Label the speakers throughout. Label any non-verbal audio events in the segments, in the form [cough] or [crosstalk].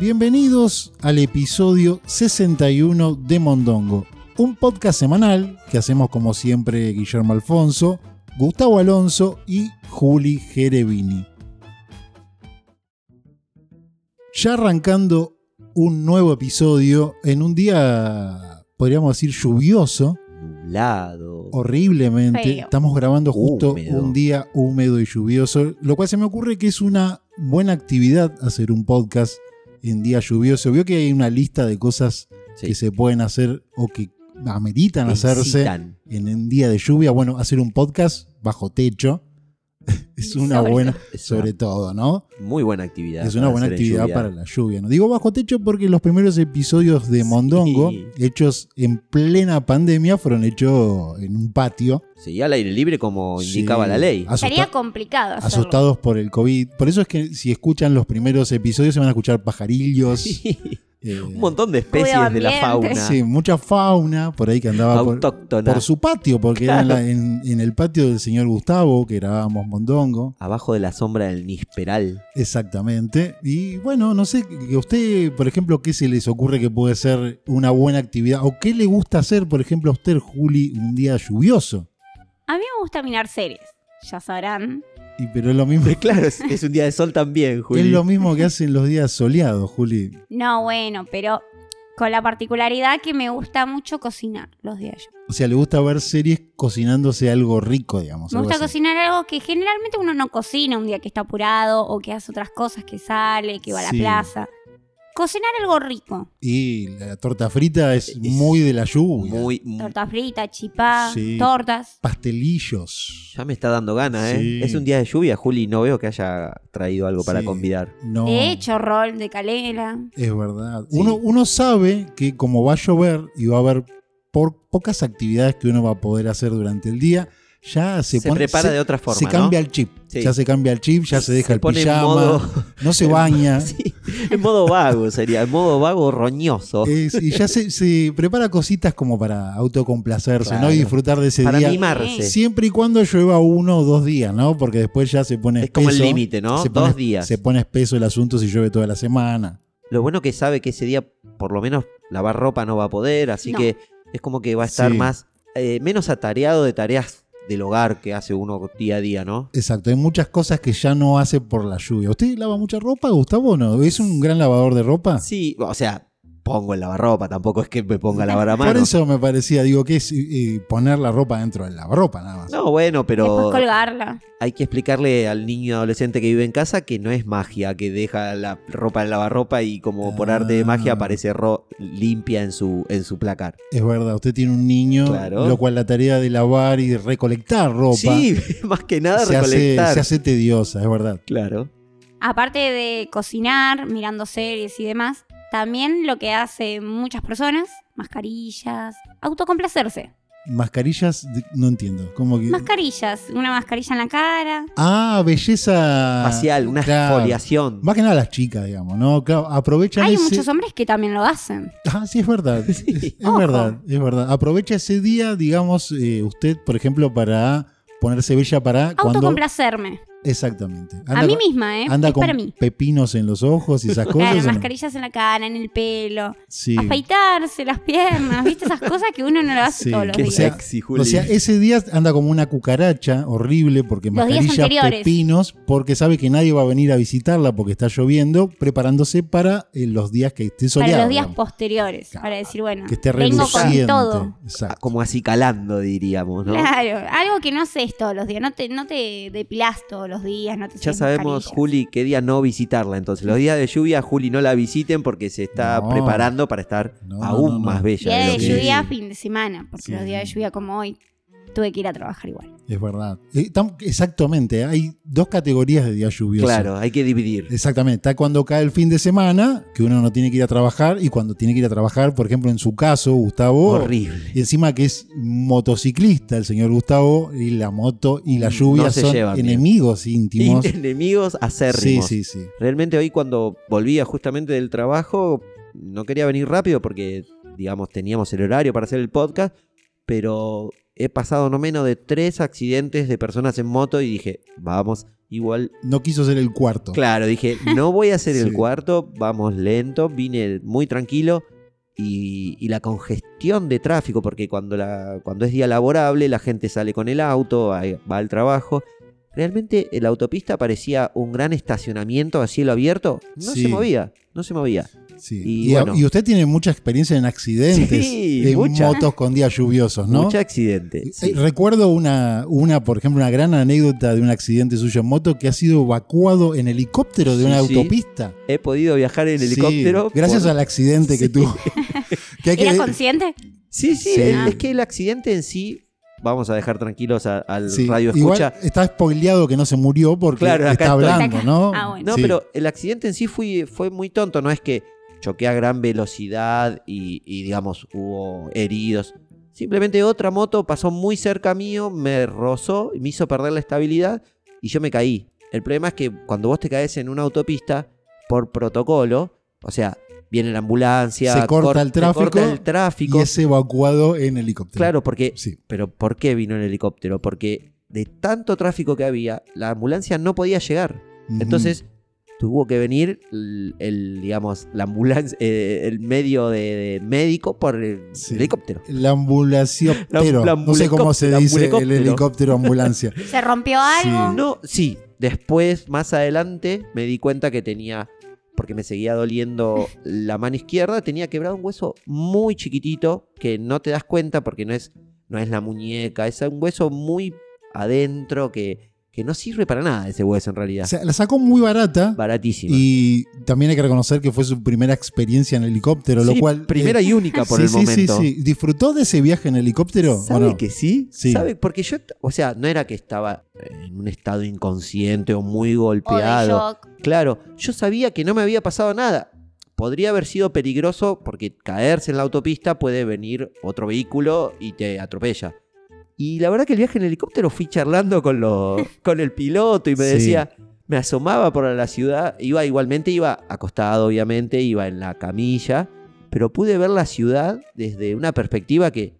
Speaker 1: Bienvenidos al episodio 61 de Mondongo, un podcast semanal que hacemos como siempre Guillermo Alfonso, Gustavo Alonso y Juli Gerevini. Ya arrancando un nuevo episodio en un día, podríamos decir, lluvioso,
Speaker 2: Nublado.
Speaker 1: horriblemente.
Speaker 3: Feo.
Speaker 1: Estamos grabando justo
Speaker 2: Húmedo.
Speaker 1: un día húmedo y lluvioso, lo cual se me ocurre que es una buena actividad hacer un podcast en día lluvioso. Vio que hay una lista de cosas
Speaker 2: Sí.
Speaker 1: que se pueden hacer o que ameritan hacerse
Speaker 2: Incitan.
Speaker 1: en un día de lluvia. Bueno, hacer un podcast bajo techo [laughs] es una
Speaker 3: Sobre
Speaker 1: buena,
Speaker 2: Es una
Speaker 1: sobre todo, ¿no?
Speaker 2: muy buena actividad.
Speaker 1: Es una
Speaker 2: para
Speaker 1: buena
Speaker 2: hacer en
Speaker 1: actividad
Speaker 2: lluvia.
Speaker 1: para la lluvia. No digo bajo techo porque los primeros episodios de
Speaker 2: Sí.
Speaker 1: Mondongo, hechos en plena pandemia, fueron hechos en un patio.
Speaker 2: Sí, al aire libre como
Speaker 1: Sí.
Speaker 2: indicaba la ley.
Speaker 1: Asusta-
Speaker 3: Sería complicado hacerlo.
Speaker 1: asustados por el COVID. Por eso es que si escuchan los primeros episodios se van a escuchar
Speaker 2: [laughs]
Speaker 1: pajarillos. eh,
Speaker 2: Un montón de especies
Speaker 3: Ruido
Speaker 2: de la
Speaker 3: ambiente.
Speaker 2: fauna
Speaker 1: Sí, mucha fauna por ahí que andaba por,
Speaker 2: autóctona.
Speaker 1: por su patio, porque era en, la- en- en el patio del señor Gustavo, que grabábamos Mondongo.
Speaker 2: Abajo de la sombra del Nisperal. [laughs]
Speaker 1: Exactamente. Y bueno, no sé, que a usted, por ejemplo, ¿qué se les ocurre que puede ser una buena actividad? ¿O qué le gusta hacer, por ejemplo, a usted, Juli, un día lluvioso?
Speaker 3: A mí me gusta mirar series, ya sabrán.
Speaker 1: Y pero es lo mismo,
Speaker 2: Eh, Claro, es, es un día de sol también, [laughs] Juli.
Speaker 1: es lo mismo que hacen los días soleados, Juli.
Speaker 3: No, bueno, pero con la particularidad que me gusta mucho cocinar los días.
Speaker 1: O sea, le gusta ver series cocinándose algo rico, digamos.
Speaker 3: Me
Speaker 1: algo
Speaker 3: gusta
Speaker 1: así.
Speaker 3: cocinar algo que generalmente uno no cocina un día que está apurado o que hace otras cosas, que sale, que va a la
Speaker 1: Sí.
Speaker 3: plaza. Cocinar algo rico.
Speaker 1: Y la torta frita es,
Speaker 2: Es
Speaker 1: muy de la lluvia.
Speaker 2: Muy, muy-
Speaker 3: Torta frita, chipá,
Speaker 1: Sí.
Speaker 3: tortas.
Speaker 1: Pastelillos.
Speaker 2: ya me está dando ganas, ¿eh?
Speaker 1: Sí.
Speaker 2: Es un día de lluvia, Juli. No veo que haya traído algo para
Speaker 1: Sí.
Speaker 2: convidar.
Speaker 1: No.
Speaker 3: He hecho rol de canela.
Speaker 1: Es verdad.
Speaker 2: Sí.
Speaker 1: Uno, uno sabe que como va a llover y va a haber por pocas actividades que uno va a poder hacer durante el día, ya se,
Speaker 2: Se,
Speaker 1: pone-
Speaker 2: prepara
Speaker 1: se-
Speaker 2: de otra forma.
Speaker 1: se cambia
Speaker 2: ¿no?
Speaker 1: el chip.
Speaker 2: Sí.
Speaker 1: Ya se cambia el chip, ya se deja el
Speaker 2: pone en
Speaker 1: pijama,
Speaker 2: modo-
Speaker 1: no se baña.
Speaker 2: [laughs] Sí, en modo vago sería, en modo vago roñoso.
Speaker 1: Es- y ya se, se prepara cositas como para autocomplacerse,
Speaker 2: Claro.
Speaker 1: ¿no? Y disfrutar de ese
Speaker 2: para
Speaker 1: día.
Speaker 2: mimarse.
Speaker 1: Siempre y cuando llueva uno o dos días, ¿no? Porque después ya se pone
Speaker 2: es como el
Speaker 1: espeso.
Speaker 2: límite, ¿no?
Speaker 1: Se
Speaker 2: Dos
Speaker 1: pone-
Speaker 2: días.
Speaker 1: Se pone espeso el asunto si llueve toda la semana.
Speaker 2: Lo bueno que sabe que ese día, por lo menos, lavar ropa no va a poder, así
Speaker 3: No.
Speaker 2: que es como que va a estar
Speaker 1: Sí.
Speaker 2: más, eh, menos atareado de tareas del hogar que hace uno día a día, ¿no?
Speaker 1: Exacto, hay muchas cosas que ya no hace por la lluvia. ¿Usted lava mucha ropa, Gustavo? o ¿No? ¿Es un gran lavador de ropa?
Speaker 2: Sí, o sea, pongo el lavarropa, tampoco es que me ponga a lavar
Speaker 1: [laughs]
Speaker 2: a
Speaker 1: Por
Speaker 2: mano.
Speaker 1: eso me parecía, digo, que es eh, poner la ropa dentro del lavarropa, nada más.
Speaker 2: No, bueno,
Speaker 3: Después
Speaker 2: pero
Speaker 3: colgarla.
Speaker 2: hay que explicarle al niño adolescente que vive en casa que no es magia, que deja la ropa en lavarropa y como por arte de magia
Speaker 1: Ah.
Speaker 2: aparece ro- limpia en su, en su placar.
Speaker 1: Es verdad, usted tiene un niño,
Speaker 2: Claro.
Speaker 1: lo cual la tarea de lavar y recolectar ropa
Speaker 2: Sí, [laughs] más que nada
Speaker 1: se, hace,
Speaker 2: recolectar.
Speaker 1: se hace tediosa, es verdad.
Speaker 2: Claro.
Speaker 3: Aparte de cocinar, mirando series y demás, también lo que hace muchas personas, mascarillas, autocomplacerse.
Speaker 1: Eh, Mascarillas, de- no entiendo. Como que...
Speaker 3: Mascarillas, una mascarilla en la cara.
Speaker 1: ah, belleza...
Speaker 2: Facial, una
Speaker 1: Claro.
Speaker 2: exfoliación.
Speaker 1: Más que nada las chicas, digamos, ¿no? Claro, aprovechan
Speaker 3: Hay
Speaker 1: ese-
Speaker 3: muchos hombres que también lo hacen.
Speaker 1: [laughs] Ah, sí, es
Speaker 3: [laughs]
Speaker 1: verdad. Es, es
Speaker 3: Ojo.
Speaker 1: verdad, es verdad. Aprovecha ese día, digamos, eh, usted, por ejemplo, para ponerse bella para cuando.
Speaker 3: Autocomplacerme.
Speaker 1: Exactamente.
Speaker 3: a mí
Speaker 1: con-
Speaker 3: misma, ¿eh?
Speaker 1: anda
Speaker 3: es
Speaker 1: con
Speaker 3: para mí.
Speaker 1: pepinos en los ojos y esas cosas.
Speaker 3: [laughs] Claro,
Speaker 1: ¿o no?
Speaker 3: mascarillas en la cara, en el pelo,
Speaker 1: Sí.
Speaker 3: afeitarse las piernas, ¿viste? Esas cosas que uno no lo hace
Speaker 1: Sí,
Speaker 3: todos los
Speaker 1: que
Speaker 2: Qué
Speaker 3: días.
Speaker 1: sea-
Speaker 2: sexy, Juli.
Speaker 1: O sea, ese día anda como una cucaracha horrible porque
Speaker 3: Los días
Speaker 1: mascarilla
Speaker 3: anteriores.
Speaker 1: pepinos, porque sabe que nadie va a venir a visitarla porque está lloviendo, preparándose para eh, los días que esté soleado.
Speaker 3: para los días
Speaker 1: digamos.
Speaker 3: posteriores.
Speaker 1: Claro,
Speaker 3: para decir, bueno,
Speaker 1: que esté
Speaker 3: vengo
Speaker 1: reluciente.
Speaker 3: con todo.
Speaker 2: Ah,
Speaker 1: Exacto.
Speaker 2: como así calando, diríamos, ¿no?
Speaker 3: Claro, algo que no haces todos los días, no te, no te depilás todos los días, no te
Speaker 2: Ya
Speaker 3: haces
Speaker 2: sabemos,
Speaker 3: mascarillas.
Speaker 2: Juli, qué día no visitarla. Entonces, los días de lluvia, Juli, no la visiten porque se está
Speaker 1: No.
Speaker 2: preparando para estar
Speaker 1: No,
Speaker 2: aún
Speaker 1: no, no, no.
Speaker 2: más bella.
Speaker 3: Día
Speaker 2: de lo
Speaker 3: de
Speaker 2: que-
Speaker 3: lluvia, fin de semana, porque
Speaker 1: Sí.
Speaker 3: los días de lluvia como hoy tuve que ir a trabajar igual.
Speaker 1: Es verdad. Eh, tam- exactamente, hay dos categorías de días lluviosos.
Speaker 2: Claro, hay que dividir.
Speaker 1: Exactamente, está cuando cae el fin de semana, que uno no tiene que ir a trabajar, y cuando tiene que ir a trabajar, por ejemplo, en su caso, Gustavo,
Speaker 2: Horrible.
Speaker 1: y encima que es motociclista el señor Gustavo, y la moto y la lluvia
Speaker 2: No se
Speaker 1: son
Speaker 2: llevan bien.
Speaker 1: enemigos
Speaker 2: Y
Speaker 1: íntimos.
Speaker 2: [laughs] enemigos
Speaker 1: Sí,
Speaker 2: acérrimos.
Speaker 1: sí, sí.
Speaker 2: Realmente hoy cuando volvía justamente del trabajo, no quería venir rápido porque, digamos, teníamos el horario para hacer el podcast, pero he pasado no menos de tres accidentes de personas en moto y dije, vamos, igual.
Speaker 1: No quiso ser el cuarto.
Speaker 2: Claro, dije, no voy a
Speaker 1: [laughs]
Speaker 2: hacer
Speaker 1: Sí.
Speaker 2: el cuarto, vamos lento, vine muy tranquilo. Y, y la congestión de tráfico, porque cuando, la, cuando es día laborable, la gente sale con el auto, va, va al trabajo. Realmente la autopista parecía un gran estacionamiento a cielo abierto. No
Speaker 1: Sí.
Speaker 2: se movía, no se movía.
Speaker 1: Sí. Y,
Speaker 2: Y bueno.
Speaker 1: y usted tiene mucha experiencia en accidentes
Speaker 2: Sí,
Speaker 1: de
Speaker 2: mucha.
Speaker 1: motos con días lluviosos, ¿no?
Speaker 2: Mucho accidente.
Speaker 1: Eh,
Speaker 2: sí.
Speaker 1: Recuerdo una, una, por ejemplo, una gran anécdota de un accidente suyo en moto que ha sido evacuado en helicóptero de
Speaker 2: Sí,
Speaker 1: una
Speaker 2: sí.
Speaker 1: autopista.
Speaker 2: He podido viajar en
Speaker 1: Sí,
Speaker 2: helicóptero.
Speaker 1: gracias
Speaker 2: por-
Speaker 1: al accidente que
Speaker 2: Sí. [laughs]
Speaker 1: tuvo. Que hay que-
Speaker 3: ¿Era consciente?
Speaker 2: Sí, sí,
Speaker 1: Sí.
Speaker 2: Es, es que el accidente en sí, vamos a dejar tranquilos a- al
Speaker 1: sí,
Speaker 2: radio
Speaker 1: igual
Speaker 2: escucha.
Speaker 1: está spoileado que no se murió porque
Speaker 2: Claro, acá
Speaker 1: está
Speaker 2: estoy.
Speaker 1: hablando,
Speaker 3: Acá.
Speaker 1: ¿no?
Speaker 3: Ah, bueno.
Speaker 2: No,
Speaker 1: Sí.
Speaker 2: pero el accidente en sí fui- fue muy tonto, no es que choqué a gran velocidad y, y, digamos hubo heridos. Simplemente otra moto pasó muy cerca mío, me rozó, me hizo perder la estabilidad y yo me caí. El problema es que cuando vos te caes en una autopista, por protocolo, o sea, viene la ambulancia,
Speaker 1: Se corta
Speaker 2: cor-
Speaker 1: el
Speaker 2: te
Speaker 1: tráfico
Speaker 2: el tráfico.
Speaker 1: Y es evacuado en helicóptero.
Speaker 2: Claro, porque
Speaker 1: Sí.
Speaker 2: ¿Pero por qué vino el helicóptero? Porque de tanto tráfico que había, la ambulancia no podía llegar.
Speaker 1: Ujú.
Speaker 2: Entonces tuvo que venir el, el, digamos, la ambulancia, eh, el medio de, de médico por el
Speaker 1: Sí.
Speaker 2: helicóptero.
Speaker 1: La ambulación,
Speaker 2: La- la
Speaker 1: no sé cómo se
Speaker 2: ambulecóptero,
Speaker 1: dice el
Speaker 2: ambulecóptero.
Speaker 1: helicóptero
Speaker 2: [laughs]
Speaker 1: ambulancia.
Speaker 3: ¿Se rompió algo?
Speaker 1: Sí.
Speaker 2: No, sí. Después, más adelante, me di cuenta que tenía, porque me
Speaker 1: [laughs]
Speaker 2: seguía doliendo la mano izquierda, tenía quebrado un hueso muy chiquitito que no te das cuenta porque no es, no es la muñeca, es un hueso muy adentro que, que no sirve para nada ese hueso en realidad.
Speaker 1: O sea, la sacó muy barata
Speaker 2: Baratísima.
Speaker 1: y también hay que reconocer que fue su primera experiencia en helicóptero, lo
Speaker 2: Sí,
Speaker 1: cual... eh,
Speaker 2: primera y
Speaker 1: [laughs]
Speaker 2: única por
Speaker 1: sí,
Speaker 2: el
Speaker 1: sí,
Speaker 2: momento.
Speaker 1: Sí, sí, ¿Disfrutó de ese viaje en helicóptero o
Speaker 2: ¿Sabe
Speaker 1: no?
Speaker 2: que sí?
Speaker 1: Sí.
Speaker 2: ¿Sabe? Porque yo, t- o sea, no era que estaba en un estado inconsciente o muy
Speaker 3: O de
Speaker 2: golpeado.
Speaker 3: shock.
Speaker 2: Claro, yo sabía que no me había pasado nada. Podría haber sido peligroso porque caerse en la autopista puede venir otro vehículo y te atropella. Y la verdad que el viaje en helicóptero fui charlando con,
Speaker 1: [laughs]
Speaker 2: los, con el piloto y me
Speaker 1: Sí.
Speaker 2: decía, me asomaba por la ciudad, iba igualmente, iba acostado obviamente, iba en la camilla, pero pude ver la ciudad desde una perspectiva que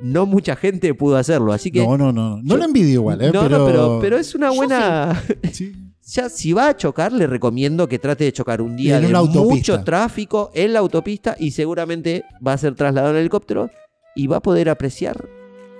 Speaker 2: no mucha gente pudo hacerlo, así que...
Speaker 1: No, no, no. No
Speaker 2: Yo-
Speaker 1: lo envidio igual, ¿eh?
Speaker 2: no,
Speaker 1: pero,
Speaker 2: no, pero, pero es una
Speaker 3: Yo
Speaker 2: buena...
Speaker 1: Sí.
Speaker 2: Ya, si va a chocar, le recomiendo que trate de chocar un día
Speaker 1: En
Speaker 2: de
Speaker 1: una autopista.
Speaker 2: mucho tráfico en la autopista y seguramente va a ser trasladado en helicóptero y va a poder apreciar.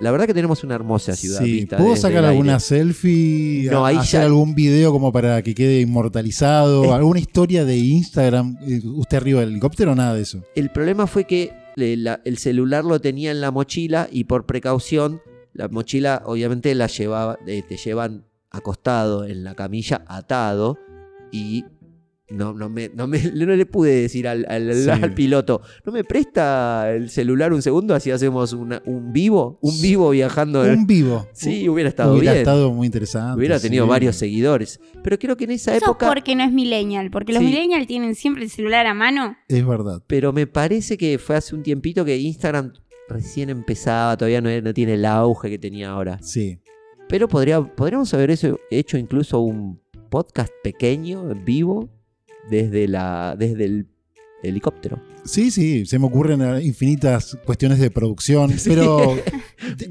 Speaker 2: La verdad que tenemos una hermosa ciudad.
Speaker 1: Sí,
Speaker 2: vista
Speaker 1: ¿Puedo
Speaker 2: desde
Speaker 1: sacar
Speaker 2: el aire.
Speaker 1: alguna selfie?
Speaker 2: No,
Speaker 1: A-
Speaker 2: ahí
Speaker 1: ¿Hacer
Speaker 2: ya-
Speaker 1: algún video como para que quede inmortalizado?
Speaker 2: Es-
Speaker 1: ¿Alguna historia de Instagram? eh, ¿Usted arriba del helicóptero o nada de eso?
Speaker 2: El problema fue que le- la- el celular lo tenía en la mochila y por precaución, la mochila obviamente la llevaba, eh, te llevan acostado en la camilla, atado, y no, no, me, no, me- [laughs] no le pude decir al, al-
Speaker 1: Sí.
Speaker 2: al [laughs] piloto, ¿no me presta el celular un segundo así hacemos una- un vivo? Un
Speaker 1: Sí.
Speaker 2: vivo viajando. en-
Speaker 1: Un vivo.
Speaker 2: eh.
Speaker 1: Uh,
Speaker 2: Sí, hubiera estado
Speaker 1: Hubiera
Speaker 2: bien.
Speaker 1: estado muy interesante.
Speaker 2: hubiera tenido
Speaker 1: sí.
Speaker 2: varios seguidores. Pero creo que en esa
Speaker 3: Eso
Speaker 2: época...
Speaker 3: es porque no es millennial, porque los
Speaker 2: Sí.
Speaker 3: millennial tienen siempre el celular a mano.
Speaker 1: Es verdad.
Speaker 2: pero me parece que fue hace un tiempito que Instagram recién empezaba, todavía no, no tiene el auge que tenía ahora.
Speaker 1: Sí.
Speaker 2: Pero podría, podríamos haber eso- hecho incluso un podcast pequeño, en vivo, desde, la, desde el helicóptero.
Speaker 1: Sí, sí, se me ocurren eh, infinitas cuestiones de producción,
Speaker 2: [laughs]
Speaker 1: pero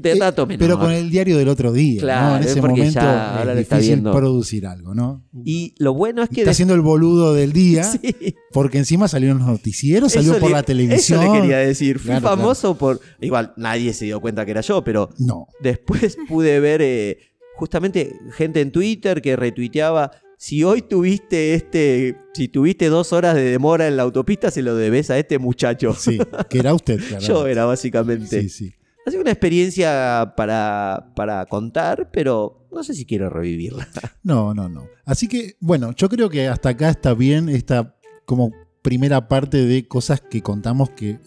Speaker 2: De
Speaker 1: eh,
Speaker 2: dato menor.
Speaker 1: pero con el diario del otro día,
Speaker 2: Claro,
Speaker 1: ¿no? En
Speaker 2: es
Speaker 1: ese
Speaker 2: porque
Speaker 1: momento
Speaker 2: ya ahora
Speaker 1: es
Speaker 2: lo está
Speaker 1: difícil
Speaker 2: viendo.
Speaker 1: producir algo, ¿no?
Speaker 2: Y lo bueno es que...
Speaker 1: está
Speaker 2: des-
Speaker 1: haciendo el boludo del día,
Speaker 2: [laughs] Sí,
Speaker 1: porque encima salió en los noticieros, salió
Speaker 2: eso
Speaker 1: por
Speaker 2: le-
Speaker 1: la televisión.
Speaker 2: Eso le quería decir. Fui
Speaker 1: Claro, claro.
Speaker 2: famoso por... Igual, nadie se dio cuenta que era yo, pero
Speaker 1: No.
Speaker 2: Después pude ver eh, justamente gente en Twitter que retuiteaba. Si hoy tuviste este. Si tuviste dos horas de demora en la autopista, se lo debes a este muchacho.
Speaker 1: Sí, que era usted, claro.
Speaker 2: [laughs] Yo era básicamente.
Speaker 1: Sí, sí.
Speaker 2: Ha sido una experiencia para, para contar, pero no sé si quiero revivirla.
Speaker 1: No, no, no. Así que, bueno, yo creo que hasta acá está bien esta como primera parte de cosas que contamos que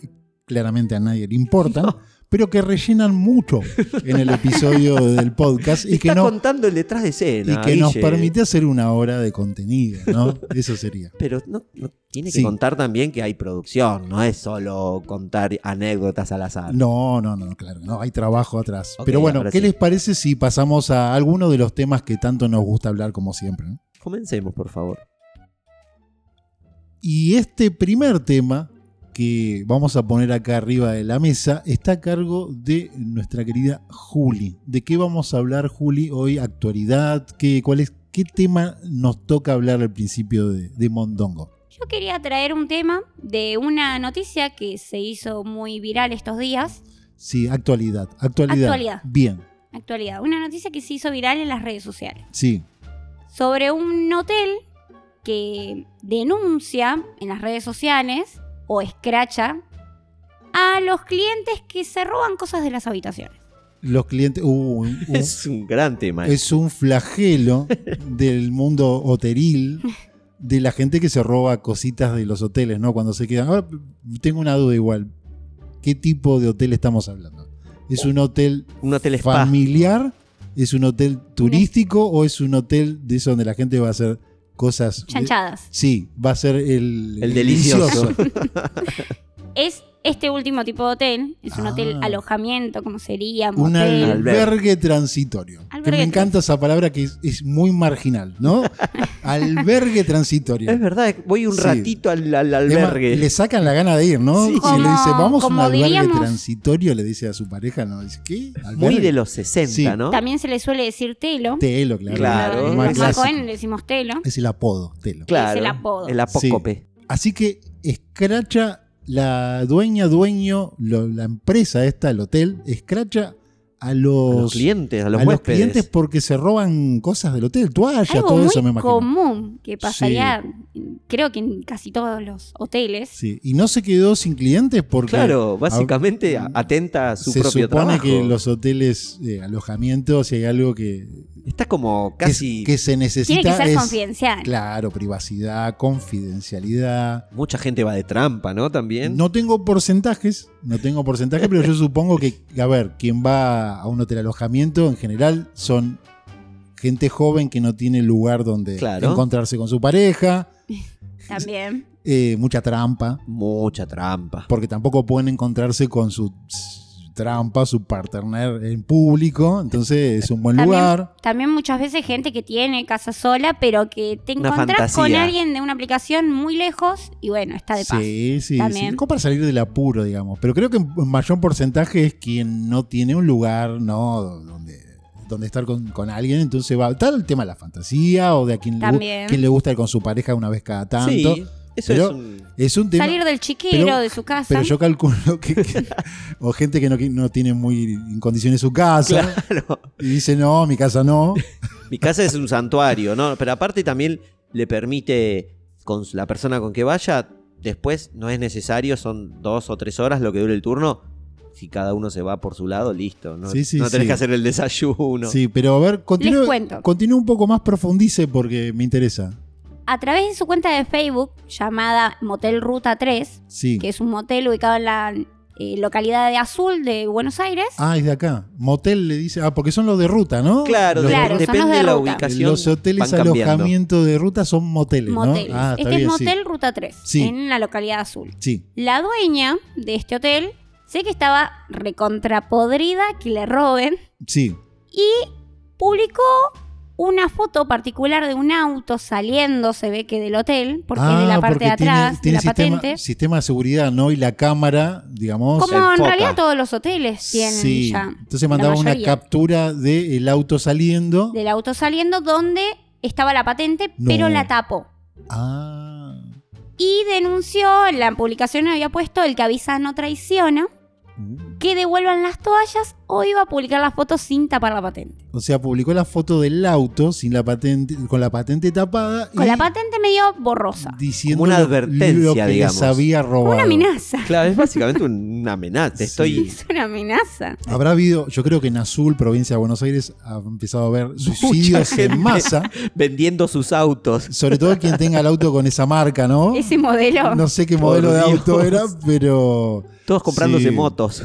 Speaker 1: claramente a nadie le
Speaker 2: [laughs]
Speaker 1: importan, pero que rellenan mucho en el episodio del podcast y que
Speaker 2: Está
Speaker 1: no
Speaker 2: contando el detrás
Speaker 1: y
Speaker 2: de escena.
Speaker 1: que nos
Speaker 2: Guille.
Speaker 1: permite hacer una hora de contenido,
Speaker 2: [laughs]
Speaker 1: ¿no? Eso sería.
Speaker 2: Pero no, no- tiene que
Speaker 1: Sí.
Speaker 2: contar también que hay producción, no es solo contar anécdotas al azar.
Speaker 1: No, no, no, claro, no, hay trabajo atrás.
Speaker 2: Ok,
Speaker 1: Pero bueno,
Speaker 2: ahora
Speaker 1: ¿qué
Speaker 2: sí.
Speaker 1: les parece si pasamos a alguno de los temas que tanto nos gusta hablar como siempre? ¿no?
Speaker 2: Comencemos, por favor.
Speaker 1: Y este primer tema que vamos a poner acá arriba de la mesa está a cargo de nuestra querida Juli. ¿De qué vamos a hablar, Juli, hoy? ¿Actualidad? ¿Qué, cuál es, qué tema nos toca hablar al principio de, de Mondongo?
Speaker 3: Yo quería traer un tema de una noticia que se hizo muy viral estos días.
Speaker 1: Sí, actualidad. Actualidad.
Speaker 3: Actualidad.
Speaker 1: Bien,
Speaker 3: Actualidad, una noticia que se hizo viral en las redes sociales.
Speaker 1: sí.
Speaker 3: Sobre un hotel que denuncia en las redes sociales o escracha a los clientes que se roban cosas de las habitaciones.
Speaker 1: Los clientes. uh, un- un-
Speaker 2: Es un gran tema.
Speaker 1: es un flagelo del mundo hoteril de la gente que se roba cositas de los hoteles, ¿no? Cuando se quedan. Ahora tengo una duda igual. ¿Qué tipo de hotel estamos hablando? ¿Es un hotel
Speaker 2: un hotel spa.
Speaker 1: familiar? ¿Es un hotel turístico o es un hotel de eso donde la gente va a hacer cosas?
Speaker 3: Chanchadas.
Speaker 1: Sí, va a ser el,
Speaker 2: El delicioso.
Speaker 3: Es este último tipo de hotel. Es un
Speaker 1: Ah.
Speaker 3: hotel alojamiento, como sería,
Speaker 1: Un
Speaker 3: motel.
Speaker 1: albergue transitorio. que
Speaker 3: Albergue
Speaker 1: me encanta esa palabra que es, es muy marginal, ¿no? albergue transitorio.
Speaker 2: Es verdad, voy un
Speaker 1: Sí.
Speaker 2: ratito al, al
Speaker 1: Es más,
Speaker 2: albergue.
Speaker 1: le sacan la gana de ir, ¿no?
Speaker 2: Sí.
Speaker 1: Si
Speaker 3: Como-
Speaker 1: le dice, vamos a un
Speaker 3: como
Speaker 1: albergue
Speaker 3: diríamos-
Speaker 1: transitorio, le dice a su pareja, ¿no? Dice, ¿qué? ¿Albergue?
Speaker 2: Muy de los 60,
Speaker 1: Sí.
Speaker 2: ¿no?
Speaker 3: También se le suele decir telo.
Speaker 1: Telo, claro.
Speaker 2: Claro,
Speaker 1: Es
Speaker 3: A
Speaker 1: más
Speaker 3: los
Speaker 1: clásico.
Speaker 3: Marcoen le decimos telo.
Speaker 1: Es el apodo, Telo.
Speaker 2: Claro.
Speaker 3: el apodo.
Speaker 2: El apócope.
Speaker 1: Así que escracha la dueña, dueño, lo- la empresa esta, el hotel, escracha a
Speaker 2: A
Speaker 1: los,
Speaker 2: los clientes, a los
Speaker 1: a los
Speaker 2: huéspedes.
Speaker 1: clientes porque se roban cosas del hotel, toalla,
Speaker 3: Algo
Speaker 1: todo
Speaker 3: muy
Speaker 1: eso me imagino.
Speaker 3: común que pasaría, creo que en casi todos los hoteles.
Speaker 1: Sí, Y no se quedó sin clientes porque
Speaker 2: Claro, básicamente
Speaker 1: a-
Speaker 2: atenta a su
Speaker 1: se
Speaker 2: propio
Speaker 1: supone
Speaker 2: trabajo.
Speaker 1: que los hoteles, eh, alojamientos, si hay algo que
Speaker 2: Está como casi
Speaker 1: que, que se
Speaker 3: Tiene
Speaker 1: necesita
Speaker 3: que ser
Speaker 1: es,
Speaker 3: confidencial.
Speaker 1: claro, privacidad, confidencialidad.
Speaker 2: mucha gente va de trampa, ¿no? También.
Speaker 1: No tengo porcentajes, no tengo porcentajes, pero
Speaker 2: [laughs]
Speaker 1: yo supongo que, a ver, quien va a un hotel alojamiento en general son gente joven que no tiene lugar donde
Speaker 2: Claro.
Speaker 1: encontrarse con su pareja,
Speaker 3: También.
Speaker 1: eh, mucha trampa,
Speaker 2: Mucha trampa.
Speaker 1: porque tampoco pueden encontrarse con su s- trampa, su partner en público, entonces es un buen
Speaker 3: También-
Speaker 1: lugar.
Speaker 3: También muchas veces gente que tiene casa sola, pero que te
Speaker 2: Una
Speaker 3: encontrás con
Speaker 2: fantasía.
Speaker 3: alguien de una aplicación muy lejos y bueno, está de paz.
Speaker 1: Sí, sí, sí.
Speaker 3: También.
Speaker 1: Como para salir del apuro, digamos. Pero creo que en mayor porcentaje es quien no tiene un lugar, ¿no? Donde, donde estar con, con alguien. Entonces va. Está el tema de la fantasía o de a quien, le, gu-
Speaker 3: También.
Speaker 1: quien le gusta ir con su pareja una vez cada tanto.
Speaker 2: Sí, eso
Speaker 1: pero-
Speaker 2: es un.
Speaker 1: Es un tema.
Speaker 3: Salir del chiquero,
Speaker 1: pero-
Speaker 3: de su casa.
Speaker 1: Pero yo calculo que.
Speaker 3: [laughs]
Speaker 1: que- o gente que no, que no tiene muy en condiciones su casa.
Speaker 2: [laughs] Claro.
Speaker 1: Y dice, no, mi casa no.
Speaker 2: Mi casa es un santuario, ¿no? Pero aparte también le permite con la persona con que vaya, después no es necesario, son dos o tres horas lo que dure el turno. Si cada uno se va por su lado, listo. No,
Speaker 1: Sí, sí,
Speaker 2: no tenés
Speaker 1: sí.
Speaker 2: que hacer el desayuno.
Speaker 1: Sí, pero a ver,
Speaker 3: Les
Speaker 1: continúe
Speaker 3: cuento.
Speaker 1: continúe un poco más, profundice porque me interesa.
Speaker 3: A través de su cuenta de Facebook, llamada Motel Ruta 3,
Speaker 1: Sí.
Speaker 3: que es un motel ubicado en la eh, localidad de Azul de Buenos Aires,
Speaker 1: Ah, es de acá. Motel le dice. Ah, porque son los de ruta, ¿no?
Speaker 2: Claro,
Speaker 1: Los de
Speaker 2: de-
Speaker 3: Claro, son los
Speaker 2: depende
Speaker 3: de
Speaker 2: de la
Speaker 3: ruta.
Speaker 2: ubicación.
Speaker 1: Los hoteles
Speaker 2: van cambiando.
Speaker 1: alojamiento de ruta son moteles,
Speaker 3: moteles.
Speaker 1: ¿no? Ah, está
Speaker 3: este es
Speaker 1: bien, sí.
Speaker 3: Motel Ruta 3,
Speaker 1: Sí.
Speaker 3: en la localidad de Azul.
Speaker 1: Sí.
Speaker 3: La dueña de este hotel sé que estaba recontrapodrida que le roben
Speaker 1: sí,
Speaker 3: y publicó una foto particular de un auto saliendo, se ve que del hotel, porque es de
Speaker 1: Ah,
Speaker 3: la parte
Speaker 1: porque
Speaker 3: de
Speaker 1: tiene,
Speaker 3: atrás,
Speaker 1: tiene
Speaker 3: de la
Speaker 1: sistema,
Speaker 3: patente.
Speaker 1: sistema de seguridad, ¿no? Y la cámara, digamos. Eh,
Speaker 3: Como
Speaker 2: se
Speaker 3: en
Speaker 2: enfoca.
Speaker 3: realidad todos los hoteles tienen
Speaker 1: sí.
Speaker 3: ya.
Speaker 1: Entonces mandaban una
Speaker 3: mayoría.
Speaker 1: captura del auto saliendo.
Speaker 3: Del auto saliendo donde estaba la patente,
Speaker 1: No.
Speaker 3: pero la tapó.
Speaker 1: Ah,
Speaker 3: Y denunció, en la publicación había puesto el que avisa no traiciona,
Speaker 1: uh.
Speaker 3: que devuelvan las toallas o iba a publicar las fotos sin tapar la patente.
Speaker 1: O sea, publicó la foto del auto sin la patente, con la patente tapada.
Speaker 3: Con
Speaker 1: y
Speaker 3: la patente medio borrosa.
Speaker 1: Diciendo
Speaker 2: Como una
Speaker 1: lo- lo que
Speaker 2: advertencia,
Speaker 1: les
Speaker 2: digamos.
Speaker 1: había robado.
Speaker 3: Una amenaza. [laughs]
Speaker 2: Claro, es básicamente un- una amenaza. Te Estoy.
Speaker 3: Es una amenaza.
Speaker 1: Habrá habido, yo creo que en Azul, provincia de Buenos Aires, ha empezado a haber suicidios
Speaker 2: gente.
Speaker 1: en masa.
Speaker 2: vendiendo sus autos.
Speaker 1: Sobre todo quien tenga el auto con esa marca, ¿no?
Speaker 3: Ese modelo.
Speaker 1: No sé qué
Speaker 2: Por
Speaker 1: modelo de
Speaker 2: Dios.
Speaker 1: auto era, pero.
Speaker 2: Todos comprándose
Speaker 1: Sí.
Speaker 2: motos.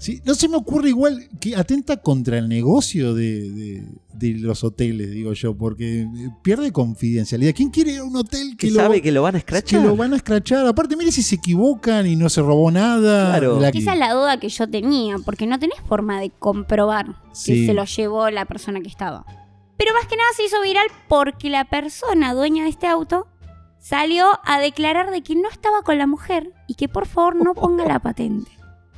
Speaker 1: Sí, no se me ocurre igual que atenta contra el negocio de, de- de los hoteles, digo yo, porque eh, pierde confidencialidad. ¿Quién quiere ir a un hotel [laughs] que,
Speaker 2: Que
Speaker 1: lo,
Speaker 2: sabe que lo van a
Speaker 1: que
Speaker 2: escrachar.
Speaker 1: lo van a escrachar? Aparte, mire si se equivocan y no se robó nada.
Speaker 2: Claro.
Speaker 3: Esa es la duda que yo tenía, porque no tenés forma de comprobar
Speaker 1: Sí.
Speaker 3: que se lo llevó la persona que estaba. Pero más que nada se hizo viral porque la persona dueña de este auto salió a declarar de que no estaba con la mujer y que por favor no ponga la patente.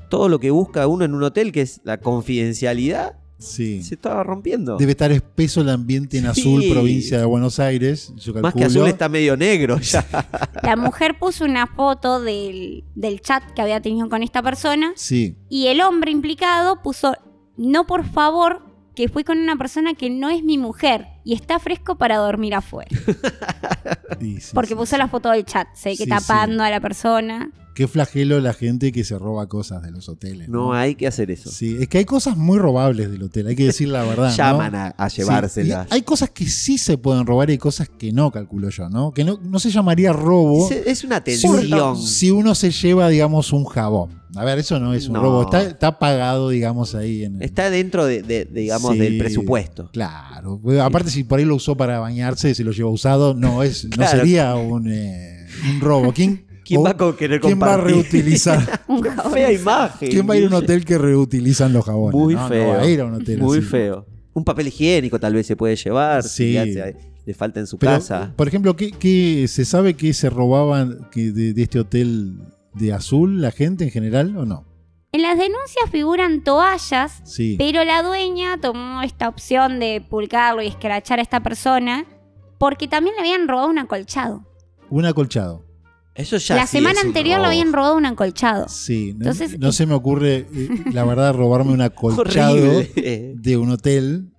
Speaker 2: Todo lo que busca uno en un hotel, que es la confidencialidad,
Speaker 1: Sí.
Speaker 2: se estaba rompiendo.
Speaker 1: Debe estar espeso el ambiente en
Speaker 2: Sí.
Speaker 1: azul, provincia de Buenos Aires. Yo calculo.
Speaker 2: Más que azul está
Speaker 1: [laughs]
Speaker 2: medio negro ya.
Speaker 3: La mujer puso una foto del, del chat que había tenido con esta persona
Speaker 1: Sí,
Speaker 3: y el hombre implicado puso, no por favor, que fui con una persona que no es mi mujer y está fresco para dormir afuera.
Speaker 1: sí, sí,
Speaker 3: Porque
Speaker 1: sí,
Speaker 3: puso
Speaker 1: sí.
Speaker 3: la foto del chat, se ve que
Speaker 1: Sí,
Speaker 3: tapando a la persona.
Speaker 1: Qué flagelo la gente que se roba cosas de los hoteles.
Speaker 2: No hay que hacer eso.
Speaker 1: Sí, es que hay cosas muy robables del hotel, hay que decir la verdad. ¿no?
Speaker 2: Llaman a, a
Speaker 1: Sí,
Speaker 2: llevárselas.
Speaker 1: y hay cosas que sí se pueden robar y hay cosas que no, calculo yo, ¿no? Que no, no se llamaría robo.
Speaker 2: Es, es una
Speaker 1: si uno-
Speaker 2: tensión.
Speaker 1: si uno se lleva, digamos, un jabón. A ver, eso no es un
Speaker 2: No.
Speaker 1: robo. Está, está pagado, digamos, ahí en el-
Speaker 2: Está dentro de, de- digamos,
Speaker 1: Sí.
Speaker 2: del presupuesto.
Speaker 1: Claro. Bueno, Aparte, si por ahí lo usó para bañarse, se lo lleva usado, no es,
Speaker 2: Claro.
Speaker 1: no sería un, eh, un robo. ¿Quién,
Speaker 2: ¿Quién
Speaker 1: o-
Speaker 2: va a co- querer
Speaker 1: quién va a
Speaker 2: compartir? [laughs]
Speaker 1: reutilizar?
Speaker 3: Un
Speaker 2: Qué
Speaker 3: jabón.
Speaker 2: fea imagen.
Speaker 1: ¿Quién va a ir a un hotel que reutilizan los jabones?
Speaker 2: Muy
Speaker 1: No, no
Speaker 2: feo.
Speaker 1: va a ir a un hotel
Speaker 2: Muy
Speaker 1: así.
Speaker 2: feo. Un papel higiénico tal vez se puede llevar.
Speaker 1: Sí.
Speaker 2: si ya se- le falta en su
Speaker 1: Pero,
Speaker 2: casa.
Speaker 1: Por ejemplo, ¿qué, qué se sabe que se robaban que de, de este hotel de azul la gente en general o no?
Speaker 3: En las denuncias figuran toallas,
Speaker 1: Sí.
Speaker 3: pero la dueña tomó esta opción de pulgarlo y escrachar a esta persona porque también le habían robado un acolchado.
Speaker 1: Un acolchado.
Speaker 2: Eso ya
Speaker 3: la
Speaker 2: sí
Speaker 3: semana
Speaker 2: es un
Speaker 3: anterior le
Speaker 2: robo.
Speaker 3: habían robado un acolchado.
Speaker 1: Sí. No-
Speaker 3: Entonces-
Speaker 1: no, se me ocurre, eh, la verdad, robarme
Speaker 2: [laughs]
Speaker 1: un acolchado
Speaker 2: Horrible. [laughs] Eh,
Speaker 1: de un hotel,